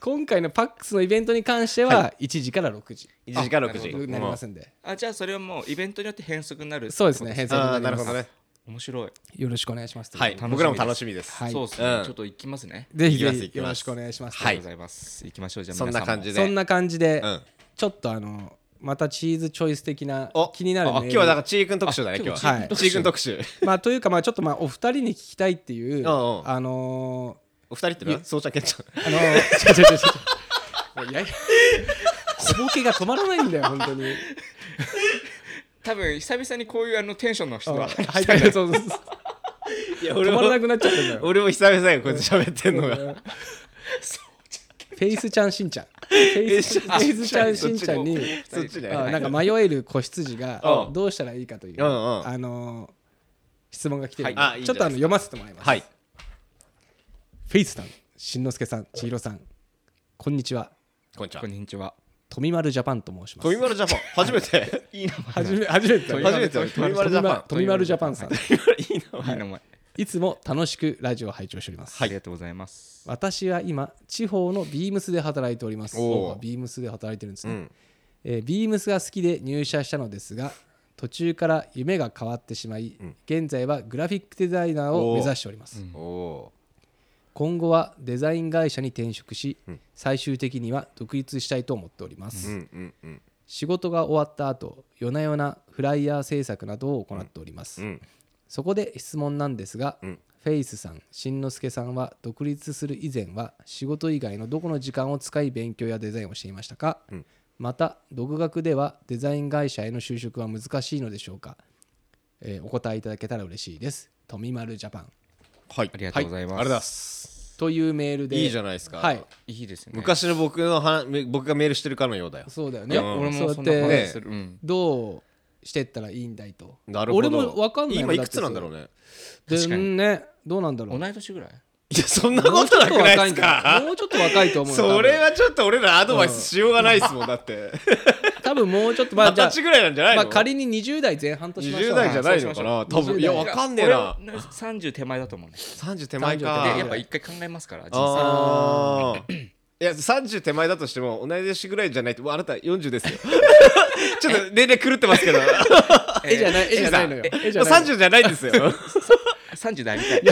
Speaker 1: 今回のパックスのイベントに関しては1時から6時
Speaker 2: 1時から6時
Speaker 1: になりますんで、
Speaker 3: あじゃあそれはもうイベントによって変則になる
Speaker 1: そうですね変
Speaker 2: あ
Speaker 1: 則
Speaker 2: あ
Speaker 1: に
Speaker 2: な
Speaker 1: な
Speaker 2: る
Speaker 1: り
Speaker 2: ほ
Speaker 1: ま
Speaker 2: ど
Speaker 1: す、
Speaker 2: ね
Speaker 3: 面白い
Speaker 1: よろしくお願いしますとう
Speaker 2: はい
Speaker 1: ことで
Speaker 3: しみです
Speaker 2: 僕らも楽しみです
Speaker 1: はい
Speaker 3: そうですね、
Speaker 2: うん
Speaker 3: ちょっと行きますね
Speaker 1: ぜひぜ
Speaker 2: 行きます行
Speaker 1: ひ
Speaker 2: きます
Speaker 1: よろしくお願いします、
Speaker 2: はい
Speaker 3: ありがとうございます行きましょうじゃあ
Speaker 2: そんな感じ
Speaker 3: で
Speaker 2: で
Speaker 1: そんな感じで、
Speaker 2: うん
Speaker 1: ちょっとあのまたチーズチョイス的な
Speaker 2: お
Speaker 1: 気になる
Speaker 2: あ
Speaker 1: メール
Speaker 2: 今日はだからチー君特集だね
Speaker 3: あ
Speaker 2: 今
Speaker 1: 今
Speaker 2: 日
Speaker 1: 日
Speaker 2: は
Speaker 1: は
Speaker 2: チー君特集
Speaker 1: まあというかまあちょっとまあお二人に聞きたいっていう
Speaker 2: うんうん
Speaker 1: あの
Speaker 2: お二人ってのはそうちゃんけんちゃ
Speaker 1: ー *laughs* あのーちょちょちょちょもうやや小ボケが止まらないんだよ本当に
Speaker 3: 多分久々にこういうあのテンションの人が
Speaker 1: 入ってるそうそうそうん
Speaker 2: いや
Speaker 1: 止まらな
Speaker 2: も
Speaker 1: くなっちゃってんだよ
Speaker 2: 俺も久々にこうやって喋ってんのが
Speaker 1: フェイスちゃんしんちゃんフェイスフェイスちゃんしんちゃんに
Speaker 2: そっちね
Speaker 1: あなんか迷える子羊が
Speaker 2: うん
Speaker 1: どうしたらいいかという
Speaker 2: うんうん
Speaker 1: あのー質問が来てるんで
Speaker 2: はいあいいん
Speaker 1: ち
Speaker 2: じ
Speaker 1: ょ
Speaker 2: ゃ
Speaker 1: っとあ
Speaker 2: ない
Speaker 1: の
Speaker 2: で
Speaker 1: 読ませてもらいます
Speaker 2: はい
Speaker 1: フェイスさん、しんのすけさん、ちひろさん、こんにちは。
Speaker 2: こんにちは
Speaker 3: こんにちは
Speaker 1: 富丸ジャパンと申します。
Speaker 2: 富丸ジャパン初めて *laughs* いい名
Speaker 1: はじめ初めて
Speaker 2: 前
Speaker 1: 富
Speaker 2: 初
Speaker 1: 丸
Speaker 2: め
Speaker 1: 富
Speaker 2: てだ富丸ジャパ
Speaker 1: 丸
Speaker 2: ン
Speaker 1: 富丸ジャパンさん、
Speaker 2: いい名前
Speaker 3: いい名前、
Speaker 1: いつも楽しくラジオを拝聴しております。
Speaker 3: ありがとうございます
Speaker 1: 私は今、地方のビームスで働いております。
Speaker 2: おー
Speaker 1: そうかビームスで働いてるんですね、
Speaker 2: うん
Speaker 1: えービームスが好きで入社したのですが、途中から夢が変わってしまい、現在はグラフィックデザイナーを目指しております。
Speaker 2: おお
Speaker 1: 今後はデザイン会社に転職し、最終的には独立したいと思っております。
Speaker 2: ーうんうんうん
Speaker 1: 仕事が終わった後夜な夜なフライヤー制作などを行っております、
Speaker 2: ん
Speaker 1: そこで質問なんですが、
Speaker 2: ん
Speaker 1: フェイスさんしんのすけさんは独立する以前は仕事以外のどこの時間を使い勉強やデザインをしていましたか、また独学ではデザイン会社への就職は難しいのでしょうか、えーお答えいただけたら嬉しいです富丸ジャパン
Speaker 2: はい
Speaker 3: ありがとうございます
Speaker 2: はありがとうございます
Speaker 1: というメールで
Speaker 2: いいじゃないですか
Speaker 1: はい
Speaker 3: いいですね
Speaker 2: 昔の僕の話僕がメールしてるかのようだよ
Speaker 1: そうだよ
Speaker 3: い
Speaker 1: ね
Speaker 3: や、俺もそんな
Speaker 1: そうやっ
Speaker 3: 話
Speaker 1: て
Speaker 3: する、うん
Speaker 1: どうしてったらいいんだいと
Speaker 2: なるほど
Speaker 1: 俺も分かんないも
Speaker 2: 今いくつなんだろう
Speaker 1: ね
Speaker 2: ね
Speaker 1: で
Speaker 3: 確かに
Speaker 1: ねどうなんだろう
Speaker 3: 同い年ぐらい
Speaker 2: いや *laughs* そんなことなくないですか
Speaker 1: もうちょっと若いと思う
Speaker 2: それはちょっと俺らアドバイスしようがないですもんだ *laughs* って
Speaker 1: 多分多分もうちょっとまあ
Speaker 2: 二
Speaker 1: じ
Speaker 2: 十
Speaker 1: ゃあ
Speaker 2: 歳ぐらいなんじゃない
Speaker 1: ま
Speaker 2: の
Speaker 1: あ仮に20代前半としましょ
Speaker 2: 20
Speaker 1: う
Speaker 2: 代じゃないのかな
Speaker 1: そ
Speaker 2: 多
Speaker 1: うしましょう
Speaker 2: 分いや
Speaker 1: 20
Speaker 2: わ
Speaker 1: 代
Speaker 2: かんねえな
Speaker 3: 俺30手前だと思うね
Speaker 2: 30手前
Speaker 1: あ
Speaker 2: か
Speaker 1: ー
Speaker 3: でやっぱ一回考えますから人生
Speaker 2: ああーいや30手前だとしても同い年ぐらいじゃないともうあなた40です
Speaker 3: *laughs*
Speaker 2: よちょっと年齢狂ってますけど
Speaker 1: 絵じゃない絵じゃないのよ絵じゃないの
Speaker 2: 30じゃないんですよ
Speaker 3: 30代みたい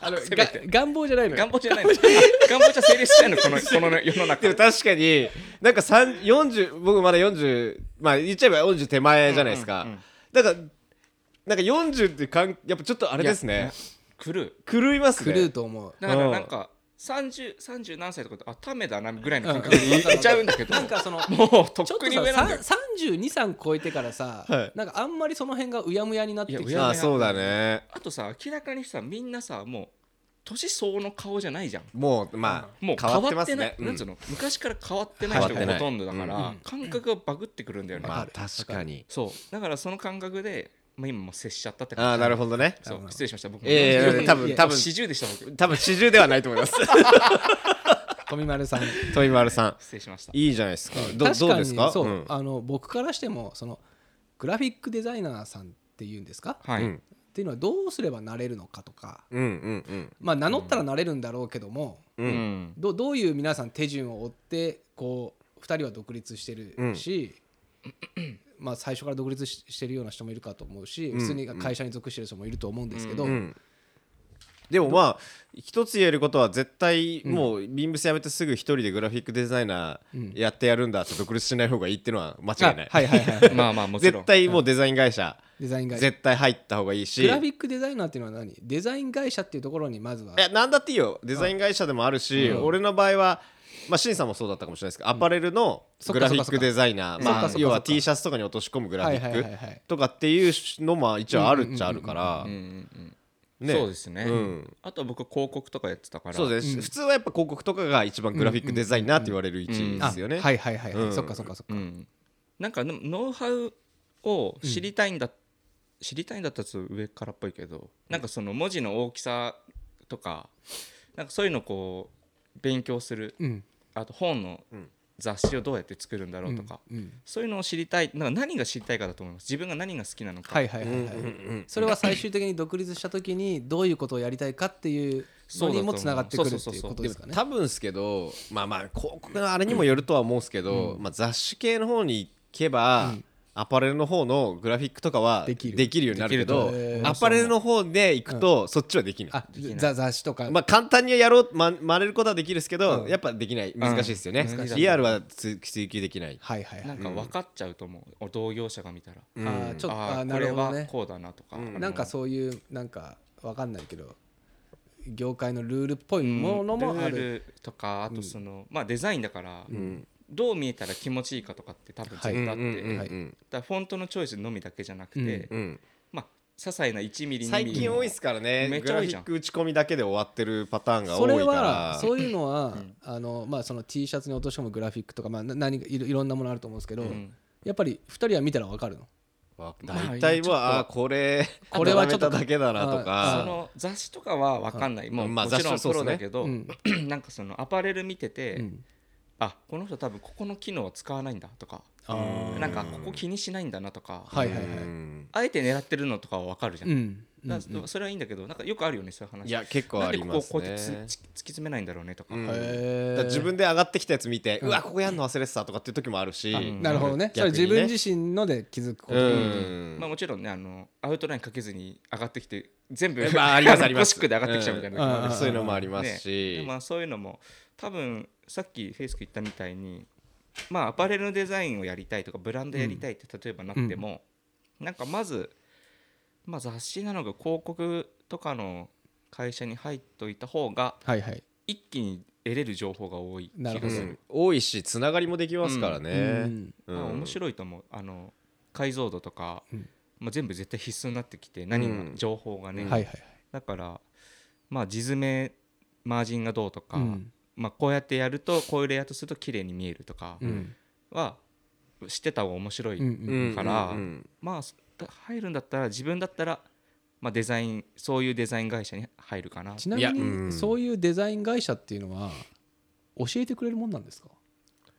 Speaker 1: あの
Speaker 3: せめて
Speaker 1: が願望じゃないの
Speaker 3: 願
Speaker 1: よ
Speaker 3: 望じゃないの願望じゃ成立しないのこのこの世の
Speaker 2: で
Speaker 3: 中
Speaker 2: も確かになんか3 40僕まだ40まあ言っちゃえば40手前じゃないですか、だからなんか40ってかんやっぱちょっとあれです
Speaker 3: い
Speaker 2: ね
Speaker 3: や来る
Speaker 2: 狂いますね
Speaker 1: 狂うと思う
Speaker 3: だからなんか30 30何歳とかってあためだなぐらいの感覚で言っちゃうんだけど
Speaker 1: なんかその
Speaker 3: もうとっ
Speaker 1: ちょっ
Speaker 3: く
Speaker 1: と
Speaker 3: に上なんだよ
Speaker 1: さ323超えてからさ
Speaker 2: はい
Speaker 1: なんかあんまりその辺がうやむやになってきて
Speaker 3: いやうや
Speaker 2: あ
Speaker 3: む
Speaker 2: あそうだね
Speaker 3: あとさ明らかにさみんなさもう年相応の顔じゃないじゃん
Speaker 2: もうまあ
Speaker 3: もう変
Speaker 2: 変わ
Speaker 3: わ
Speaker 2: ってま
Speaker 3: っ
Speaker 2: す
Speaker 3: てない
Speaker 2: ねうん
Speaker 3: なんつうの昔から変わってない人
Speaker 2: 変わ
Speaker 3: が
Speaker 2: ってない
Speaker 3: ほとんどだか
Speaker 2: うん
Speaker 1: う
Speaker 3: ら
Speaker 1: ん
Speaker 3: 感覚がバグってくるんだよね、
Speaker 2: まあ確かに
Speaker 3: そうだからその感覚で、まあ、今もう接しちゃったって
Speaker 2: ああ
Speaker 3: 感じ
Speaker 2: なるほどね
Speaker 3: そう失礼しました僕も
Speaker 2: ええ多
Speaker 1: い
Speaker 2: 分
Speaker 1: や
Speaker 2: 多分
Speaker 3: 40でした僕
Speaker 2: 多分四十ではないと思います
Speaker 1: 富丸さん
Speaker 2: 富丸さん
Speaker 3: 失礼しました
Speaker 2: いいじゃないですかど
Speaker 1: 確
Speaker 2: どう
Speaker 1: か
Speaker 2: で
Speaker 1: に
Speaker 2: すか
Speaker 1: そう、
Speaker 2: ん
Speaker 1: あの僕からしてもそのグラフィックデザイナーさんっていうんですか
Speaker 3: はい、
Speaker 2: うん
Speaker 1: っていうのはどうすればなれるのかとか
Speaker 2: うんうん
Speaker 1: まあ名乗ったらなれるんだろうけども、
Speaker 2: うん
Speaker 3: う
Speaker 2: うん
Speaker 3: ん
Speaker 1: どどういう皆さん手順を追ってこう2人は独立してるし、まあ最初から独立ししてるような人もいるかと思うし
Speaker 2: ん
Speaker 1: 普通に会社に属してる人もいると思うんですけど、
Speaker 2: うんでもまあ一つ言えることは絶対もうビームスやめてすぐ一人でグラフィックデザイナーやってやるんだって独立しない方がいいっていうのは間違
Speaker 1: あ
Speaker 2: いない、
Speaker 1: はいはいはい
Speaker 2: *laughs*
Speaker 3: まあまあもちろん
Speaker 2: 絶対もうデザイン会社
Speaker 1: デザイン会社
Speaker 2: 絶対入った方がいいし
Speaker 1: グラフィックデザイナーっていうのは何デザイン会社っていうところにまずはい
Speaker 2: や何だっていいよデザイン会社でもあるし、俺の場合はまあ、シンさんもそうだったかもしれないですけど、アパレルの
Speaker 1: そっ
Speaker 2: グ
Speaker 1: かそっか
Speaker 2: ラフィックデザイナ
Speaker 1: そ
Speaker 2: ー、
Speaker 1: っ
Speaker 2: ま
Speaker 1: かそ
Speaker 2: あ
Speaker 1: っ、か
Speaker 2: 要は T シャツとかに落とし込むグラフィ
Speaker 1: はいはい
Speaker 2: ッ
Speaker 1: はいはい
Speaker 2: クとかっていうのも一応あるっちゃあるから、
Speaker 3: うんうんうん
Speaker 2: ね
Speaker 3: そうですね、
Speaker 2: うん
Speaker 3: あと僕広告とかやってたから
Speaker 2: そうです、普通はやっぱ広告とかが一番グラフィックデザイナーって言われる位置ですよね。
Speaker 1: あはいはいはいはい、
Speaker 2: うん
Speaker 1: そっかそっかそっか、
Speaker 3: うん、なんかでもノウハウを知りたいんだっ知りたいんだったらちょっと上からっぽいけどなんかその文字の大きさとかなんかそういうのこう勉強する
Speaker 1: うん
Speaker 3: あと本の
Speaker 2: うん
Speaker 3: 雑誌をどうやって作るんだろうとか、
Speaker 1: うんうん
Speaker 3: そういうのを知りたいなんか何が知りたいかだと思います自分が何が好きなのか、
Speaker 1: はいはいは
Speaker 2: うんう
Speaker 1: い
Speaker 2: ん
Speaker 1: は
Speaker 2: う
Speaker 1: い、
Speaker 2: ん
Speaker 1: それは最終的に独立した時にどういうことをやりたいかっていうのにもつながってくるっていうこと
Speaker 2: で
Speaker 1: で
Speaker 2: も
Speaker 1: すかね。
Speaker 2: 多分ですけどまあまあ広告のあれにもよるとは思うんですけど、まあ、雑誌系の方に行けば、アパレルの方のグラフィックとかは
Speaker 1: で
Speaker 2: で
Speaker 1: き
Speaker 2: き
Speaker 1: る
Speaker 2: るようになるけど
Speaker 1: できると思う
Speaker 2: アパレルの方で行くと、そっちはできない。
Speaker 1: あ
Speaker 3: できない
Speaker 1: ざ雑誌とか、
Speaker 2: まあ、簡単にやろう、ま、真似ることはできるですけど、
Speaker 1: うん
Speaker 2: やっぱできない難しいですよね、
Speaker 3: 難しい
Speaker 2: リアルはつ追求できない、
Speaker 1: はいはいは
Speaker 3: ないんか分かっちゃうと思う、お同業者が見たら、
Speaker 2: うん
Speaker 1: あーちょっと
Speaker 3: あ
Speaker 1: あー
Speaker 3: あ
Speaker 1: な
Speaker 3: これ
Speaker 1: るほど
Speaker 3: は
Speaker 1: ね
Speaker 3: こうだなとか、
Speaker 2: うん
Speaker 1: なんかそういうなんかわかんないけど業界のルールっぽいものもある、
Speaker 3: ルールとかあとその、まあデザインだから、
Speaker 2: ん
Speaker 3: どう見えたら気持ちいいかとかって多分絶対あって、
Speaker 2: うんうんうん
Speaker 3: だか
Speaker 2: うん
Speaker 3: らフォントのチョイスのみだけじゃなくて、
Speaker 2: うん
Speaker 3: まあ些細な1ミリ
Speaker 2: 最近多いですから
Speaker 3: め
Speaker 2: ね
Speaker 3: っち
Speaker 2: グ
Speaker 3: ゃ
Speaker 2: ラ
Speaker 3: 多
Speaker 2: フ
Speaker 3: い
Speaker 2: ィ
Speaker 3: じゃ
Speaker 2: ッ
Speaker 3: ん
Speaker 2: ク打ち込みだけで終わってるパターンが多
Speaker 1: そ
Speaker 2: いから
Speaker 1: れは
Speaker 2: *laughs*
Speaker 1: そういうのは、
Speaker 3: うん
Speaker 1: あのまあその T シャツに落とし込むグラフィックとかまあな何かいろいろんなものあると思うんですけど、
Speaker 3: ん
Speaker 1: やっぱり2人は見たらわかるの。
Speaker 2: わ大体
Speaker 3: まあ
Speaker 2: は、あー
Speaker 3: *laughs*
Speaker 2: これ
Speaker 1: これはちょっと
Speaker 2: だめただけだなと
Speaker 1: あ
Speaker 3: そ
Speaker 2: か
Speaker 3: の雑誌とかは分かんない、もう
Speaker 2: まあ
Speaker 3: もちろん
Speaker 2: 雑誌
Speaker 3: プ
Speaker 2: はそう
Speaker 3: ロ
Speaker 2: っすね
Speaker 3: だけど、
Speaker 1: うん、
Speaker 3: なんかそのアパレル見てて、
Speaker 1: うん
Speaker 3: あこの人多分ここの機能は使わないんだとか
Speaker 1: あー
Speaker 3: なんかここ気にしないんだなとか、
Speaker 1: はいはいは
Speaker 2: う
Speaker 1: い。
Speaker 2: ん
Speaker 3: あえて狙ってるのとかは分かるじゃん、
Speaker 1: うん
Speaker 3: だからそれはいいんだけどなんかよくあるよねそういう話
Speaker 2: いや結構
Speaker 3: な
Speaker 2: あ
Speaker 3: んで
Speaker 2: り
Speaker 3: こ
Speaker 2: ま
Speaker 3: こ
Speaker 2: す
Speaker 3: こうやってつ
Speaker 2: ね
Speaker 3: 突き詰めないんだろうねとか、
Speaker 2: うん
Speaker 1: へー
Speaker 2: だから自分で上がってきたやつ見て、うわここやんの忘れてたとかっていう時もあるし、
Speaker 3: ん
Speaker 1: なるほどね。それ
Speaker 2: 逆にね
Speaker 1: 自分自身ので気づくこと。
Speaker 2: うん
Speaker 3: まあ、もちろんねあのアウトラインかけずに上がってきて全部、
Speaker 2: まあありま
Speaker 3: *laughs*
Speaker 2: す
Speaker 3: の
Speaker 2: あります
Speaker 3: ゴシックで上がってきちゃうみたいな時もあるし、
Speaker 2: そういうのもあります
Speaker 3: ね
Speaker 2: し、
Speaker 3: まあ、そういうのも多分さっきフェイスク言ったみたいにまあアパレルのデザインをやりたいとかブランドやりたいって例えばなっても、なんかまず、まあ、雑誌なのか広告とかの会社に入っといた方が
Speaker 1: はいはい。
Speaker 3: 一気に得れる情報が多い気
Speaker 1: なる
Speaker 3: が
Speaker 1: ほど
Speaker 3: す
Speaker 2: う
Speaker 3: る
Speaker 2: ん多いしつながりもできますから
Speaker 1: う
Speaker 2: ね、
Speaker 1: ん
Speaker 2: うん
Speaker 3: まあ面白いと思うあの解像度とか、
Speaker 1: うん
Speaker 3: まあ、全部絶対必須になってきて何が、
Speaker 2: うん
Speaker 3: 情報がね、
Speaker 1: はいはいはい。
Speaker 3: だからまあ地詰めマージンがどうとか、
Speaker 1: うん
Speaker 3: まあ、こうやってやるとこういうレイアウトすると綺麗に見えるとか
Speaker 1: うん
Speaker 3: は知ってた方が面白い、
Speaker 1: うんうん
Speaker 2: うん
Speaker 3: から
Speaker 2: うんうん
Speaker 3: まあそ入るんだったら自分だったら、まあ、デザインそういうデザイン会社に入るかな
Speaker 1: ちなみ
Speaker 2: いやう
Speaker 1: に
Speaker 2: ん
Speaker 1: そういうデザイン会社っていうのは教えてくれるもんなんですか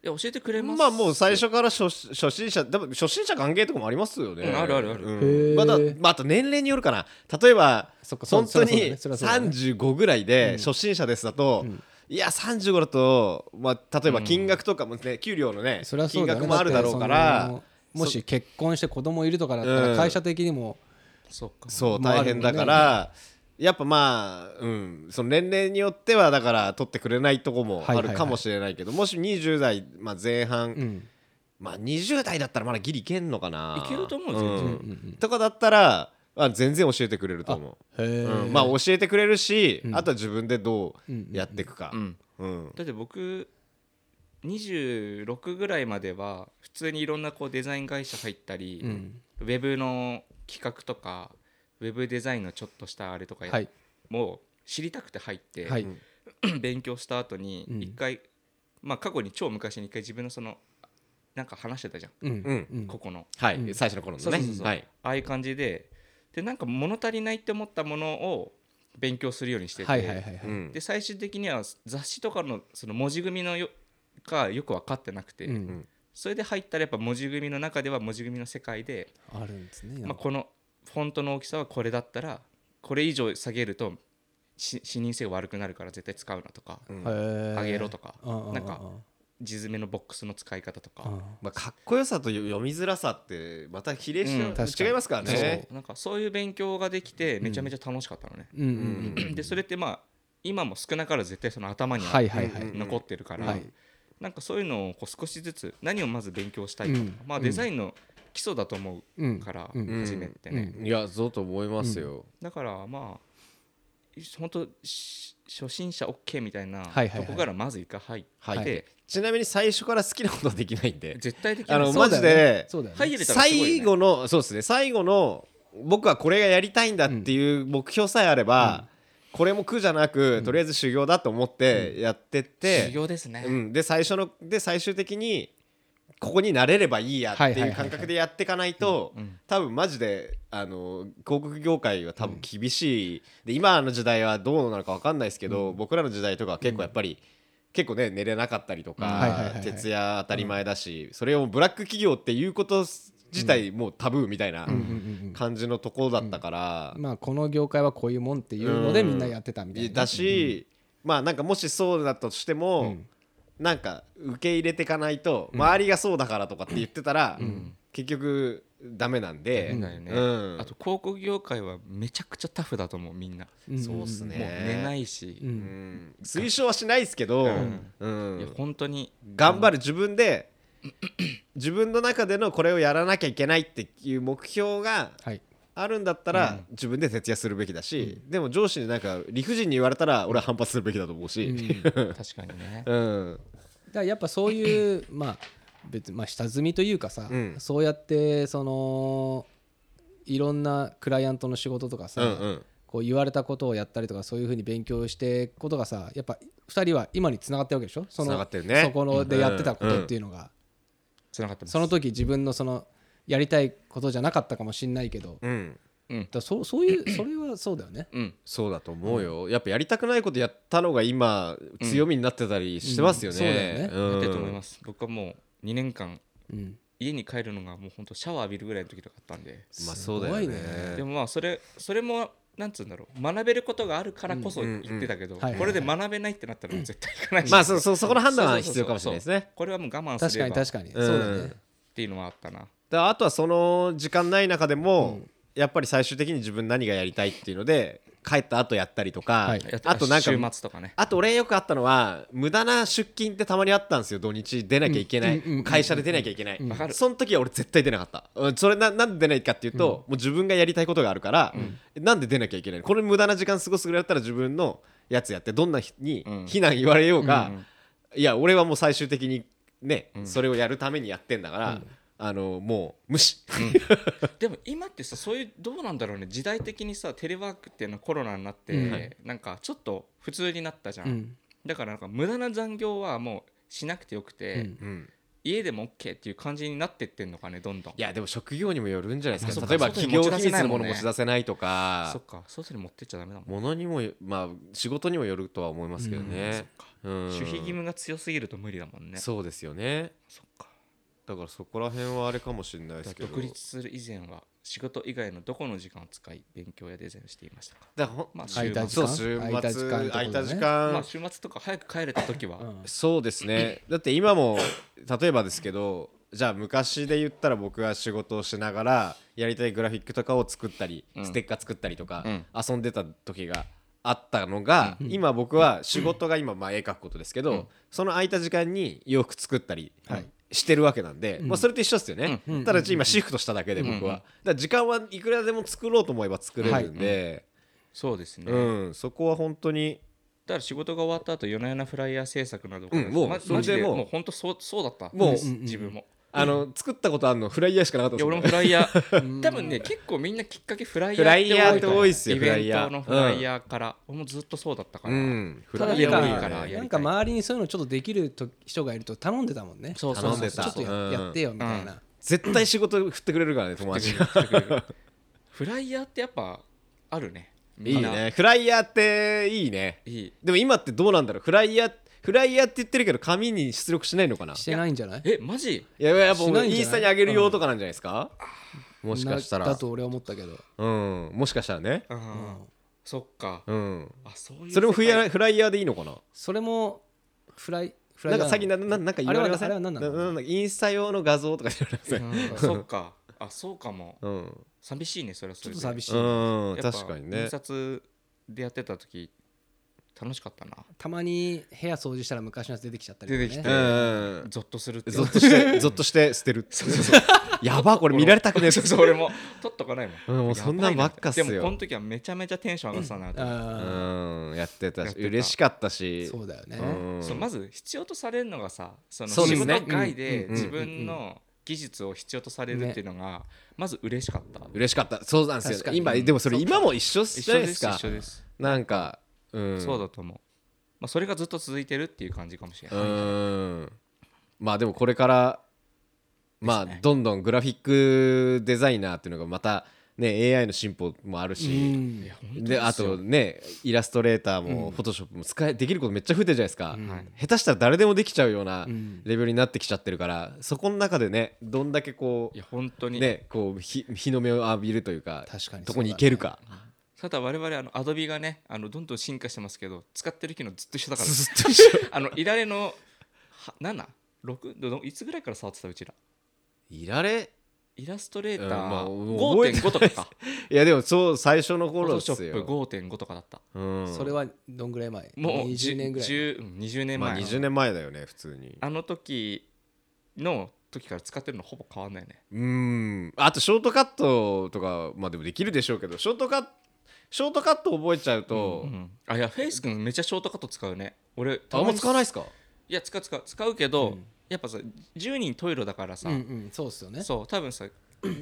Speaker 3: いや教えてくれます
Speaker 2: まあもう最初から初初心者でも初心者歓迎とかもありますよね、
Speaker 3: うんあるあるある
Speaker 2: うん
Speaker 1: へー
Speaker 2: まだ、まあ、あと年齢によるかな例えば
Speaker 1: そっかそ
Speaker 2: 本当
Speaker 1: そり
Speaker 2: に
Speaker 1: ゃそうだねそりゃそうだね
Speaker 2: 35ぐらいで初心者ですだと、いや35だと、まあ、例えば金額とかもね、給料のね
Speaker 1: そりゃそ
Speaker 2: 金
Speaker 1: うだ
Speaker 2: 額もあるだろうか
Speaker 1: だっ
Speaker 2: ら
Speaker 1: てそのもし結婚して子供いるとかだった
Speaker 2: う
Speaker 1: ら
Speaker 2: ん
Speaker 1: 会社的にも
Speaker 3: そうか
Speaker 2: そう
Speaker 1: もあるも
Speaker 2: 大
Speaker 1: んね
Speaker 2: 変だから、やっぱまあ、うん、その年齢によってはだから取ってくれないとこもあるかもしれないけど、もし20代、まあ、前半、
Speaker 1: うん
Speaker 2: まあ20代だったらまだギリいけんのかない
Speaker 3: けると思う
Speaker 2: うん
Speaker 3: 全然
Speaker 2: とかだったらあ全然教えてくれると思う
Speaker 1: へー
Speaker 2: うんまあ教えてくれるし、あとは自分でどう
Speaker 1: うん
Speaker 2: やっていくか、
Speaker 3: うん
Speaker 2: うん
Speaker 3: だって僕26ぐらいまでは普通にいろんなこうデザイン会社入ったり、
Speaker 1: うん
Speaker 3: ウェブの企画とかウェブデザインのちょっとしたあれとか
Speaker 1: はい
Speaker 3: もう知りたくて入って、
Speaker 1: はい
Speaker 3: *clears throat* 勉強した後に
Speaker 1: うん
Speaker 3: 一回、まあ過去に超昔に一回自分のそのなんか話してたじゃん、
Speaker 1: うん
Speaker 2: うん
Speaker 1: うん
Speaker 3: ここの
Speaker 2: はい、
Speaker 1: うん
Speaker 2: 最初の頃の
Speaker 3: そう
Speaker 2: ね
Speaker 3: そうそうそう
Speaker 2: はい
Speaker 3: ああいう感じででなんか物足りないって思ったものを勉強するようにしてて、
Speaker 1: はいはいはいはい
Speaker 2: うん
Speaker 3: で最終的には雑誌とかのその文字組みのよがよく分かってなくて、
Speaker 1: うん
Speaker 3: それで入ったらやっぱ文字組みの中では文字組みの世界で、
Speaker 1: あるんですね
Speaker 3: まあ、このフォントの大きさはこれだったらこれ以上下げるとし視認性が悪くなるから絶対使うなとか、
Speaker 1: 上
Speaker 3: 上げろとか、
Speaker 1: な
Speaker 3: なんか地詰めのボックスの使い方とか、
Speaker 2: まあ、かっこよさと読みづらさってまた比例しちゃう
Speaker 3: うん
Speaker 1: 確かに
Speaker 2: 違いますからね
Speaker 3: そうなんかそういう勉強ができてめちゃめちゃ楽しかったのね、
Speaker 1: うんうん
Speaker 3: でそれってまあ今も少なからず絶対その頭
Speaker 1: うん
Speaker 3: には
Speaker 1: はいはいは
Speaker 2: うん
Speaker 1: い
Speaker 3: 残ってるから、
Speaker 1: はい
Speaker 3: なんかそういうのをこう少しずつ何をまず勉強したいかとか、
Speaker 1: うん
Speaker 3: まあ、デザインの基礎だと思
Speaker 1: うん
Speaker 3: うから
Speaker 1: うん
Speaker 3: 始めってね、
Speaker 1: うん
Speaker 2: いやそうと思いますよ、
Speaker 3: だからまあ本当初心者 OK みたいな
Speaker 1: はいはいはい
Speaker 3: とこからまず一回入って、
Speaker 2: はいちなみに最初から好きなことはできないんで
Speaker 3: 絶対的
Speaker 2: あの
Speaker 1: そうだよね
Speaker 2: マジで
Speaker 1: そうだよね
Speaker 3: 入れたらすごいよね
Speaker 2: 最後のそうですね最後の僕はこれがやりたいんだっていう目標さえあれば、これも苦じゃなく、とりあえず修行だと思ってやってって、
Speaker 3: 修行ですね、
Speaker 2: うん、で最初ので最終的にここになれればいいやって
Speaker 1: はいはいはい
Speaker 2: い
Speaker 1: は
Speaker 2: う
Speaker 1: い
Speaker 2: 感覚でやっていかないと
Speaker 3: うん
Speaker 2: 多分マジであの広告業界は多分厳しい、で今の時代はどうなのか分かんないですけど、僕らの時代とかは結構やっぱり、結構ね寝れなかったりとか、
Speaker 1: うんはいはいはいはい
Speaker 2: 徹夜当たり前だし、それをブラック企業っていうこと自体もうタブーみたいな
Speaker 1: うんうんうん
Speaker 2: 感じのところだったから、
Speaker 1: うんまあこの業界はこういうもんっていうので
Speaker 2: うん
Speaker 1: みんなやってたみたいなね
Speaker 2: だし、まあなんかもしそうだとしても、なんか受け入れていかないと、周りがそうだからとかって言ってたら、結局ダメなんで、
Speaker 3: だよね、
Speaker 2: うん
Speaker 3: あと広告業界はめちゃくちゃタフだと思うみんな、
Speaker 1: うん
Speaker 2: そうっすね
Speaker 3: もう寝ないし、
Speaker 1: うんう
Speaker 2: うんん推奨はしないですけど、
Speaker 3: うん
Speaker 2: うん
Speaker 3: いや本当に
Speaker 2: 頑張る自分で自分の中でのこれをやらなきゃいけないっていう目標が
Speaker 1: はい
Speaker 2: あるんだったら、自分で徹夜するべきだし、でも上司になんか理不尽に言われたら俺は反発するべきだと思うし、
Speaker 3: *laughs* 確かにね
Speaker 2: うん
Speaker 1: だからやっぱそう
Speaker 2: *clears throat*
Speaker 1: いうまあ別にまあ下積みというかさ、
Speaker 2: うん
Speaker 1: そうやってそのいろんなクライアントの仕事とかさ、
Speaker 2: うんうん
Speaker 1: こう言われたことをやったりとかそういうふうに勉強していくことがさやっぱ2人は今につながってるわけでしょその
Speaker 2: 繋がってるね
Speaker 1: そこのでやってたことっていうのが、
Speaker 3: つながってます
Speaker 1: その時自分のそのやりたいことじゃなかったかもしれないけど、だか
Speaker 2: うん
Speaker 1: らそうそう
Speaker 2: *clears throat*
Speaker 1: いうそれはそうだよね。
Speaker 3: うん
Speaker 2: そうだと思うよ、やっぱやりたくないことやったのが今強みになってたりしてますよね、
Speaker 1: うん
Speaker 2: ん
Speaker 3: やってると思います僕はもう2年間
Speaker 1: うん
Speaker 3: 家に帰るのがもう本当シャワー浴びるぐらいの時とかあったんで、
Speaker 2: まあそうだよね
Speaker 1: すごいね
Speaker 3: でもまあそれそれもなんつうんだろう学べることがあるからこそ言ってたけど、
Speaker 1: うんうんうん
Speaker 3: これで学べないってなったらもう絶対行かないし、
Speaker 2: まあそうそうそこの判断は必要かもしれないですね
Speaker 3: これはもう我慢
Speaker 1: 確
Speaker 3: す
Speaker 1: か
Speaker 3: れ
Speaker 1: に
Speaker 3: ば
Speaker 1: 確
Speaker 3: っ
Speaker 1: かに、
Speaker 2: うん
Speaker 1: そうだよね。
Speaker 3: ていうのはあったな
Speaker 2: だからあとはその時間ない中でも、やっぱり最終的に自分何がやりたいっていうので帰った後やったりとか、
Speaker 1: はい
Speaker 3: やっ
Speaker 2: あとなんか
Speaker 3: 週末とかね
Speaker 2: あと俺よくあったのは無駄な出勤ってたまにあったんですよ土日出なきゃいけない、
Speaker 1: うんうんうん
Speaker 2: 会社で出なきゃいけない、
Speaker 3: わかる
Speaker 2: その時は俺絶対出なかった、うんそれななんで出ないかっていうと、もう自分がやりたいことがあるから、なんで出なきゃいけないのこれ無駄な時間過ごすぐらいだったら自分のやつやってどんな日に
Speaker 3: うん
Speaker 2: 非難言われようが、
Speaker 3: うん
Speaker 2: いや俺はもう最終的にね、それをやるためにやってんだから、あのもう無視、
Speaker 3: でも今ってさそういうどうなんだろうね時代的にさテレワークっていうのはコロナになって、なんかちょっと普通になったじゃん、
Speaker 1: うん
Speaker 3: だからなんか無駄な残業はもうしなくてよくて、
Speaker 1: うん
Speaker 2: うん
Speaker 3: 家でも OK っていう感じになってってんのかねどんどん
Speaker 2: いやでも職業にもよるんじゃないで
Speaker 3: あ
Speaker 2: す
Speaker 3: そ
Speaker 2: か
Speaker 3: っか
Speaker 2: 例えば
Speaker 3: 外に
Speaker 2: 企
Speaker 3: 持
Speaker 2: 業
Speaker 3: ち出せ
Speaker 2: 秘
Speaker 3: な
Speaker 2: 密
Speaker 3: い
Speaker 2: の
Speaker 3: も
Speaker 2: も
Speaker 3: んね
Speaker 2: の持ち出せないとか
Speaker 3: そっか外に持ってっちゃダメだもん、
Speaker 2: ものにもよまあ仕事にもよるとは思いますけどね、うん
Speaker 3: 守秘義務が強すぎると無理だもんね
Speaker 2: そうですよね
Speaker 3: そっか
Speaker 2: だからそこら辺はあれかもしれないで
Speaker 3: だか
Speaker 2: すけ
Speaker 3: ら
Speaker 2: ど
Speaker 3: 独立する以前は仕事以外のどこの時間を使い勉強やデザインをしていましたか、
Speaker 2: だからほん
Speaker 3: まあ、
Speaker 1: 空
Speaker 3: 週
Speaker 1: いた
Speaker 3: 末
Speaker 1: 時
Speaker 2: そう
Speaker 1: 間
Speaker 2: 週末
Speaker 1: 空いた時間ってことだね
Speaker 2: 空いた時
Speaker 3: まあ、
Speaker 2: 間
Speaker 3: 週末とか早く帰れた時は、
Speaker 1: うん
Speaker 2: そうですねだって今も例えばですけどじゃあ昔で言ったら僕は仕事をしながらやりたいグラフィックとかを作ったり、
Speaker 3: うん
Speaker 2: ステッカー作ったりとか、
Speaker 3: うん
Speaker 2: 遊んでた時があったのが、今僕は仕事が今まあ絵描くことですけど、その空いた時間に洋服作ったり。してるわけなんで、まあ、それと一緒ですよね、ただ今シフトしただけで僕は、だから時間はいくらでも作ろうと思えば作れるんで、
Speaker 3: そうですね、
Speaker 2: うん、そこは本当に
Speaker 3: だから仕事が終わった後夜な夜なフライヤー制作などから、
Speaker 2: うんもう
Speaker 3: ま
Speaker 2: それで
Speaker 3: マジで
Speaker 2: もう
Speaker 3: もう本当そうそうだった
Speaker 2: もう
Speaker 3: です
Speaker 2: うん
Speaker 3: 自分も、
Speaker 2: あの作ったことあるのフライヤーしかなかった
Speaker 3: いや
Speaker 2: もん
Speaker 3: 俺もフライヤー多分ね結構みんなきっかけフライヤー
Speaker 2: フライヤーって多いっすよ
Speaker 3: イベントのフ
Speaker 2: フ
Speaker 3: ラ
Speaker 2: ライヤー
Speaker 3: イヤーから、俺もずっとそうだったから、
Speaker 2: うん、フ
Speaker 1: た
Speaker 2: ラ
Speaker 1: だ
Speaker 2: イ
Speaker 1: なんか
Speaker 2: ヤー
Speaker 3: いいからやりたい
Speaker 1: なんか周りにそういうのちょっとできると人がいると頼んでたもんね。
Speaker 3: そう
Speaker 2: そうそう頼んでた
Speaker 1: ちょっとや,、
Speaker 2: うん
Speaker 1: やってよみたいな。
Speaker 2: 絶対仕事振ってくれるからね *laughs* 友達が
Speaker 3: フライヤーってやっぱあるね
Speaker 2: い
Speaker 3: み
Speaker 2: い
Speaker 3: んな
Speaker 2: ねフライヤーっていいね
Speaker 3: いい
Speaker 2: でも今ってどうなんだろうフライヤーフライヤーって言ってるけど紙に出力しないのかな
Speaker 1: してないんじゃない
Speaker 3: えマジ
Speaker 2: いややっ
Speaker 1: しな
Speaker 2: ぱ
Speaker 1: いんじゃない
Speaker 2: インスタにあげる用とかなんじゃないですか、もしかした
Speaker 1: なだ
Speaker 2: ら
Speaker 1: と俺は思ったけど。
Speaker 2: うんもしかしたらね
Speaker 3: あー、そっか、
Speaker 2: うん
Speaker 3: あそういう
Speaker 2: それもフ
Speaker 3: 世界
Speaker 2: ライフライヤーでいいのかな
Speaker 1: それもフライフラ
Speaker 2: な
Speaker 1: イ
Speaker 2: ん
Speaker 1: ヤー
Speaker 2: か最近なななんか言われません
Speaker 1: あれはあれは何なの
Speaker 2: んだインスタ用の画像とか言われません
Speaker 3: うんそっかあそうかも
Speaker 2: うん、
Speaker 3: 寂しいねそれはそ
Speaker 1: ちょ
Speaker 3: れ
Speaker 1: っ
Speaker 3: で
Speaker 1: と寂しい、
Speaker 2: うん、
Speaker 3: やっぱ
Speaker 2: 確かにね
Speaker 3: 印刷でやってた時楽しかったな
Speaker 1: たまに部屋掃除したら昔のやつ出てきちゃったりとか、ね、
Speaker 3: 出てき
Speaker 2: う
Speaker 3: た
Speaker 2: ん
Speaker 3: ゾッとするって
Speaker 2: ゾッ
Speaker 3: *laughs*
Speaker 2: としてゾッとして捨てるやばこれ見られたくねえ
Speaker 3: そうそう俺も取っとかないもん
Speaker 2: うんもうそんなんばっかっすよ
Speaker 3: やばいなでもこの時はめちゃめちゃテンション上がってたなと思って
Speaker 1: あ
Speaker 2: うんやってた
Speaker 3: やっ
Speaker 2: して
Speaker 3: た
Speaker 2: 嬉しかったし
Speaker 1: そうだよね
Speaker 2: うん
Speaker 3: そうまず必要とされるのがさその
Speaker 2: そうで
Speaker 3: 仕
Speaker 2: す
Speaker 3: 事
Speaker 2: ね
Speaker 3: 外で
Speaker 2: うん
Speaker 3: 自分の技術を必要とされるっていうのがまず嬉しかった
Speaker 2: 嬉しかったそうなんです
Speaker 1: 確か
Speaker 2: よ
Speaker 1: に
Speaker 2: 今でもそれ
Speaker 3: そう
Speaker 2: 今も一緒
Speaker 3: 一
Speaker 2: じゃ
Speaker 3: 緒
Speaker 2: ない
Speaker 3: で
Speaker 2: です
Speaker 3: す
Speaker 2: か
Speaker 3: 一緒です
Speaker 2: なんかうん
Speaker 3: そうだと思うまあそれがずっと続いてるっていう感じかもしれ
Speaker 2: う
Speaker 3: ない
Speaker 2: んまあでもこれからまあどんどんグラフィックデザイナーっていうのがまたね AI の進歩もある
Speaker 1: う
Speaker 2: し、
Speaker 1: ん
Speaker 2: であとねイラストレーターもフォトショップも使えできることめっちゃ増えてるじゃないですか、
Speaker 1: うん
Speaker 2: 下手したら誰でもできちゃうような
Speaker 1: うん
Speaker 2: レベルになってきちゃってるからそこの中でねどんだけこ
Speaker 3: いや本当
Speaker 2: う
Speaker 3: に、
Speaker 2: ねこう日日の目を浴びるというか
Speaker 1: 確かにそうだね
Speaker 2: とこに行けるか
Speaker 3: ただ我々あのアドビがねあのどんどん進化してますけど使ってる機能ずっと一緒だから
Speaker 2: *laughs* ずっと一緒
Speaker 3: あのいられの 7?6? どのいつぐらいから触ってたうちら
Speaker 2: *laughs* いられ
Speaker 3: イラストレーター、
Speaker 2: うんまあ覚えてな
Speaker 3: 5.5
Speaker 2: い
Speaker 3: とかか
Speaker 2: いやでもそう最初の
Speaker 3: フォ
Speaker 2: 頃
Speaker 3: ト
Speaker 2: で
Speaker 3: ショ
Speaker 2: す
Speaker 3: ップ
Speaker 2: よ、
Speaker 3: 5.5とかだった
Speaker 2: うん、
Speaker 1: それはどんぐらい前
Speaker 3: もう
Speaker 1: 20年ぐらい
Speaker 3: 10うん20年
Speaker 2: ま
Speaker 3: 前、
Speaker 2: あ20年前だよね普通に
Speaker 3: あの時の時から使ってるのほぼ変わんないね
Speaker 2: うーんあとショートカットとかまあでもできるでしょうけどショートカットショートカット覚えちゃうと、
Speaker 3: うんあいやフェイス君めっちゃショートカット使うね俺
Speaker 2: あんま使わないです
Speaker 3: か
Speaker 2: か
Speaker 3: いや使う使う使うけど、
Speaker 1: うん
Speaker 3: やっぱさ10人トイレだからさ、
Speaker 1: うんうんそうっすよね
Speaker 3: そう多分さ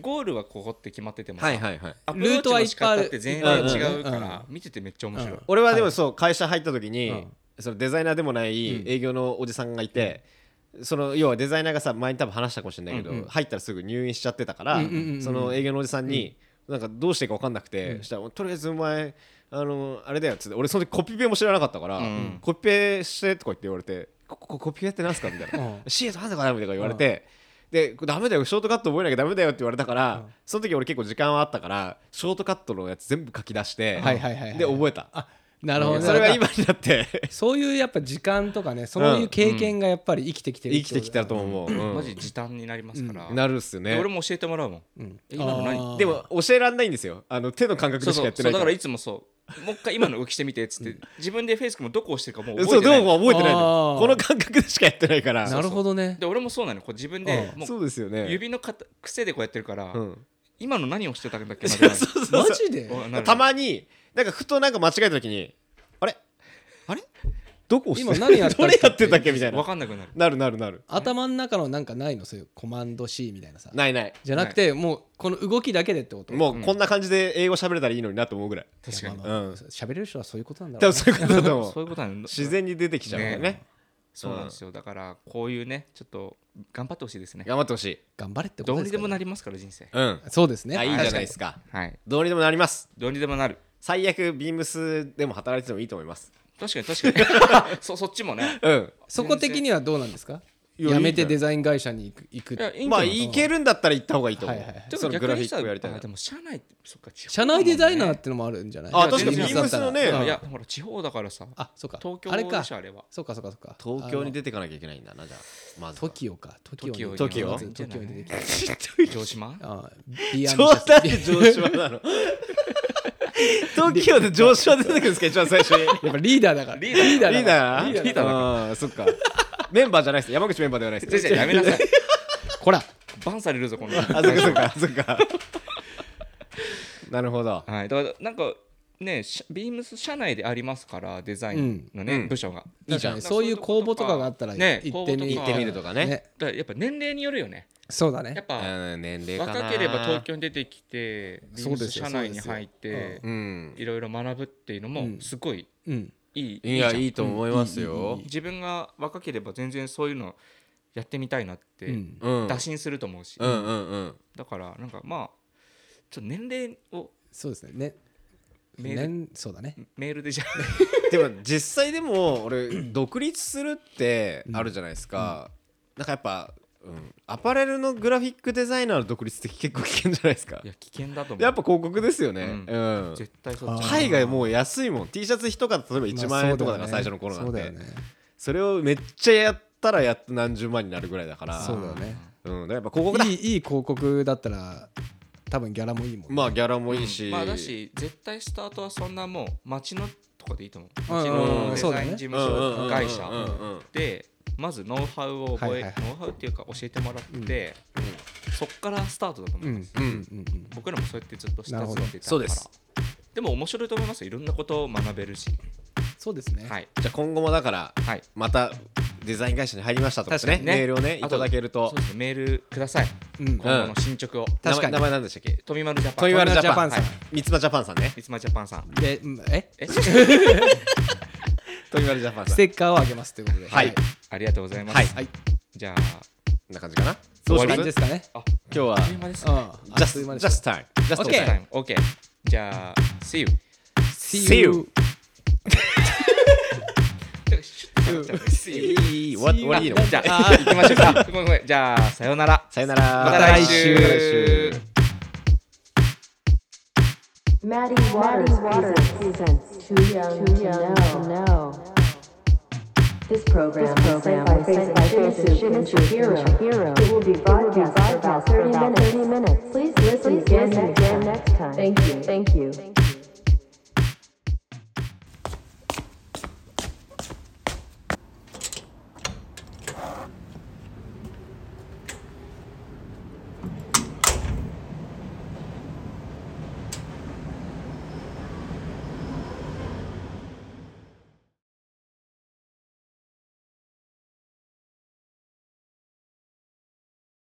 Speaker 3: ゴールはここって決まっててもさ、
Speaker 2: はいはい
Speaker 3: アプローチの仕方って全然違うか
Speaker 1: ルートはいっぱいあるうんうん
Speaker 3: ら見ててめっちゃ面白い、
Speaker 1: うん
Speaker 2: 俺はでもそう、会社入った時に、
Speaker 1: うん
Speaker 2: そのデザイナーでもな
Speaker 1: う
Speaker 2: い
Speaker 1: ん
Speaker 2: 営業のおじさんがいて、その要はデザイナーがさ前に多分話したかもしれないけど、
Speaker 1: うんうん
Speaker 2: 入ったらすぐ入院しちゃってたから、
Speaker 1: うんうんうんうん
Speaker 2: その営業のおじさんに、なんかどうしていいか分かんなくて、
Speaker 1: うん
Speaker 2: したらとりあえずお前あのあれだよっつって俺その時コピペも知らなかったから、
Speaker 3: うん
Speaker 2: コピペしてとか言って言われてここコピペってなんすかみたいな、
Speaker 1: うん
Speaker 2: CS なんだかなみたいな言われて、でこれダメだよショートカット覚えなきゃダメだよって言われたから、
Speaker 1: うん
Speaker 2: その時俺結構時間はあったからショートカットのやつ全部書き出して、
Speaker 1: はいはいはいはい
Speaker 2: で覚えた
Speaker 1: あなるほどね
Speaker 2: それが今になって
Speaker 1: そういうやっぱ時間とかねそういう経験がやっぱり生きてきてる
Speaker 2: 生きてきたと思う、うん
Speaker 3: マジ時短になりますから、
Speaker 2: なるっすよね
Speaker 3: 俺も教えてもらうもん
Speaker 1: うん
Speaker 3: え今の何
Speaker 2: でも教えられないんですよあの手の感覚
Speaker 3: そ
Speaker 2: で
Speaker 3: う
Speaker 2: し
Speaker 3: そ
Speaker 2: かや
Speaker 3: う
Speaker 2: って
Speaker 3: そう
Speaker 2: ない
Speaker 3: だ
Speaker 2: か
Speaker 3: かららいつもそうもう一回今の動きしてみてっつって自分でフェイス君もどこ押してるかもう覚
Speaker 2: そ
Speaker 3: え
Speaker 2: う
Speaker 3: てな
Speaker 2: ど
Speaker 3: いう
Speaker 2: も覚えてない
Speaker 1: あー
Speaker 2: この感覚でしかやってないから
Speaker 1: なるほどね
Speaker 3: で俺もそうなのこう自分で
Speaker 1: うん
Speaker 3: も
Speaker 2: そううですよね
Speaker 3: 指の形癖でこうやってるから、
Speaker 2: うん
Speaker 3: 今の何をしてたんだっけな
Speaker 2: *laughs* そうそうそう
Speaker 1: マジで
Speaker 3: おなる
Speaker 2: たまになんかふとなんか間違えた時にあれあれどこ押して
Speaker 1: 今何やった
Speaker 2: ど
Speaker 1: っ
Speaker 2: れ
Speaker 1: け
Speaker 2: やってたっけみたい
Speaker 3: わ
Speaker 2: な
Speaker 3: かんなくなる
Speaker 2: なるなるなる
Speaker 1: 頭の中のなんかないのそういうコマンド C みたいなさ
Speaker 2: ないない
Speaker 1: じゃなくてもうこの動きだけでってこと
Speaker 2: もうこんな感じで英語喋れたらいいのになと思うぐらい
Speaker 3: 確かに
Speaker 1: まあまあ
Speaker 2: うん
Speaker 1: 喋れる人はそういうことなんだ
Speaker 2: 多
Speaker 1: ろうね
Speaker 2: 分そういうことだと思う
Speaker 3: そういうことなんだ
Speaker 2: 自然に出てきちゃうからね
Speaker 3: ねそうなんですよだからこういうねちょっと頑張ってほしいですね
Speaker 2: 頑張ってほしい
Speaker 1: 頑張れってこ
Speaker 3: ど
Speaker 1: と
Speaker 3: う
Speaker 1: で
Speaker 3: に
Speaker 1: す
Speaker 3: で
Speaker 1: か
Speaker 3: も
Speaker 1: ら
Speaker 3: なりますから人生
Speaker 2: うん
Speaker 1: そうですね
Speaker 2: あいいじゃないですか
Speaker 3: はい
Speaker 2: どうにでもなります
Speaker 3: どうにでもなる
Speaker 2: 最悪ビームスでも働いててもいいと思います
Speaker 3: 確かに確か
Speaker 2: *laughs*
Speaker 3: にそそっちもね
Speaker 2: うん
Speaker 1: そこ的にはどうなんですか
Speaker 2: いや
Speaker 1: やめ
Speaker 2: い
Speaker 1: て
Speaker 2: いんじ
Speaker 1: デザイン会社に行く行く
Speaker 3: いやいいんじ
Speaker 2: ま
Speaker 3: ゃ
Speaker 2: あ
Speaker 3: ない
Speaker 2: いけるんだったら行った方がいいと思う
Speaker 1: はいはいはい
Speaker 3: ちょっ
Speaker 2: そ
Speaker 3: と
Speaker 2: のグ
Speaker 3: 逆
Speaker 2: ラフィ
Speaker 3: にさ
Speaker 2: ックやりたいな
Speaker 3: あでも社内そっか地方
Speaker 1: 社
Speaker 3: だもん
Speaker 1: 内
Speaker 3: ね
Speaker 1: デザイナーってのもあるんじゃない
Speaker 2: あ
Speaker 3: 確かに
Speaker 1: いや
Speaker 3: ビーム
Speaker 2: スのね
Speaker 1: ビームスだったらう
Speaker 3: い
Speaker 1: ん
Speaker 3: やほら地方だからさ
Speaker 1: あそうか
Speaker 3: 東京
Speaker 1: あれか
Speaker 3: でしょあれは
Speaker 1: そうかそうかそうか
Speaker 2: 東京に
Speaker 1: 出
Speaker 2: 出てかなきゃいけないんだなじゃあまずは
Speaker 1: TOKIO か TOKIO に
Speaker 2: TOKIO
Speaker 1: まず TOKIO に出てきて
Speaker 3: 城島
Speaker 1: あビアン
Speaker 2: 冗談で上島なの *laughs* 東京で上島出てくるんですか一番最初に
Speaker 1: やっぱリーダーだからリーダ
Speaker 2: リ
Speaker 1: だか
Speaker 2: ーダ
Speaker 1: ら
Speaker 2: ー
Speaker 1: リーダーだから
Speaker 2: あーそっかメンバーじゃないです山口メンバーではないで
Speaker 3: 先
Speaker 2: す
Speaker 3: 生やめなさい
Speaker 1: こら
Speaker 3: バンされるぞこの
Speaker 2: あそっかそっかそっかなるほど
Speaker 3: はいだからなんかねしビームス社内でありますからデザインのね、
Speaker 2: うん
Speaker 3: 部署が
Speaker 1: いいじゃんそういう公募とかがあったら
Speaker 3: ね
Speaker 1: 行ってみ
Speaker 3: 公募とか
Speaker 2: 行ってみるとかね
Speaker 3: だからやっぱ年齢によるよね
Speaker 1: そうだね
Speaker 3: やっぱ
Speaker 2: うん年齢かな
Speaker 3: 若ければ東京に出てきてビー
Speaker 1: そう
Speaker 3: ム
Speaker 1: で
Speaker 3: ス
Speaker 1: すよ
Speaker 3: 社内に入っ
Speaker 1: そうです
Speaker 3: て
Speaker 2: うん
Speaker 3: いろいろ学ぶっていうの
Speaker 1: うん
Speaker 3: もすごい
Speaker 1: うん
Speaker 3: いい、
Speaker 2: いや
Speaker 3: じゃん
Speaker 2: いいと思いますよ
Speaker 3: 自分が若ければ全然そういうのやってみたいなっ
Speaker 1: う
Speaker 3: て
Speaker 1: ん
Speaker 2: うん
Speaker 3: 打診すると思うし、
Speaker 2: うんうんうん
Speaker 3: だからなんかまあちょっと年齢を
Speaker 1: そうですねね
Speaker 3: メール
Speaker 1: 年そうだね
Speaker 3: メールでじゃあ
Speaker 2: でも実際でも俺独立するってあるじゃないですか、なんかやっぱ、うん、アパレルのグラフィックデザイナーの独立って結構危険じゃないですか
Speaker 3: いや危険だと思う
Speaker 2: やっぱ広告ですよね、う
Speaker 3: うん絶対そっち
Speaker 1: あー
Speaker 2: 海外もう安いもん T シャツ一型例えば1万円とかだから最初の頃なん
Speaker 1: そう
Speaker 2: で、
Speaker 1: だよね
Speaker 2: それをめっちゃやったらやっと何十万になるぐらいだから
Speaker 1: そうだよね
Speaker 2: うん、だからやっぱ広告だ
Speaker 1: いいいい広告だったら多分ギャラもいいもんね
Speaker 2: まあギャラもいいし、
Speaker 3: まあだし絶対スタートはそんなもう町のとかでいいと思う
Speaker 1: うん
Speaker 3: 町
Speaker 2: うん
Speaker 3: のデ
Speaker 1: そうだ
Speaker 3: ザイ
Speaker 1: ね
Speaker 3: ン事
Speaker 2: うん
Speaker 3: 務
Speaker 2: うんうんうんうん
Speaker 3: 所会社
Speaker 2: うん
Speaker 3: でまずノウハウを覚
Speaker 1: はいは
Speaker 3: え、
Speaker 1: いはい
Speaker 3: ノウハウっていうか教えてもらって、そっからスタートだと思
Speaker 1: う
Speaker 3: い
Speaker 1: んう
Speaker 3: ま
Speaker 1: ん
Speaker 3: す、
Speaker 1: うんうん
Speaker 3: 僕らもそうやってずっと下積んで
Speaker 1: なる
Speaker 3: た
Speaker 1: ほ
Speaker 3: から
Speaker 2: そうです
Speaker 3: でも面白いと思いますよいろんなことを学べるし
Speaker 1: そうですね
Speaker 3: はい
Speaker 2: じゃあ今後もだから
Speaker 3: はい
Speaker 2: またデザイン会社に入りましたとかね
Speaker 3: 確かにね
Speaker 2: メールをねい
Speaker 3: あと
Speaker 2: ただけると
Speaker 3: そうですねメールください
Speaker 1: うん
Speaker 3: 今後の進捗を、
Speaker 1: 確かに
Speaker 2: 名前名前なんでしたっけ
Speaker 3: 富丸ジャパン
Speaker 2: トイワルジャパン
Speaker 1: トイワルジャパンさん
Speaker 2: はい三つ葉ジャパンさんね
Speaker 3: いつまジャパンさん
Speaker 1: でうんえ
Speaker 3: え
Speaker 2: トイワルジャパンさ
Speaker 1: ス
Speaker 2: ん
Speaker 1: テッカーをあげますということで
Speaker 2: は
Speaker 1: はいい
Speaker 3: ありがとうございます、
Speaker 2: はい
Speaker 1: はい
Speaker 3: じゃあ
Speaker 2: こんな感じかな
Speaker 1: そうい
Speaker 2: 終
Speaker 1: う
Speaker 2: わ
Speaker 1: 感じで
Speaker 2: り
Speaker 1: すかね。
Speaker 3: あ、
Speaker 2: 今日は
Speaker 3: あっという間ですね。
Speaker 1: うんあっという間
Speaker 2: just
Speaker 1: でし
Speaker 2: just time just
Speaker 1: OK
Speaker 2: time
Speaker 3: OK。OK。じゃあ、See you。
Speaker 1: た
Speaker 2: See you.
Speaker 3: シュッとなっちゃう See you。
Speaker 2: いいいい終わ終わりいいの
Speaker 3: じゃあ、行きましょう *laughs* か。ごめんごめん。じゃあ、さようなら。
Speaker 2: さよなら
Speaker 3: また来週
Speaker 1: また来
Speaker 2: 週
Speaker 4: Maddie Waters, presents Too Young, too young to, know. This program, is sent by Faith and Shimizu Hero. It will be broadcast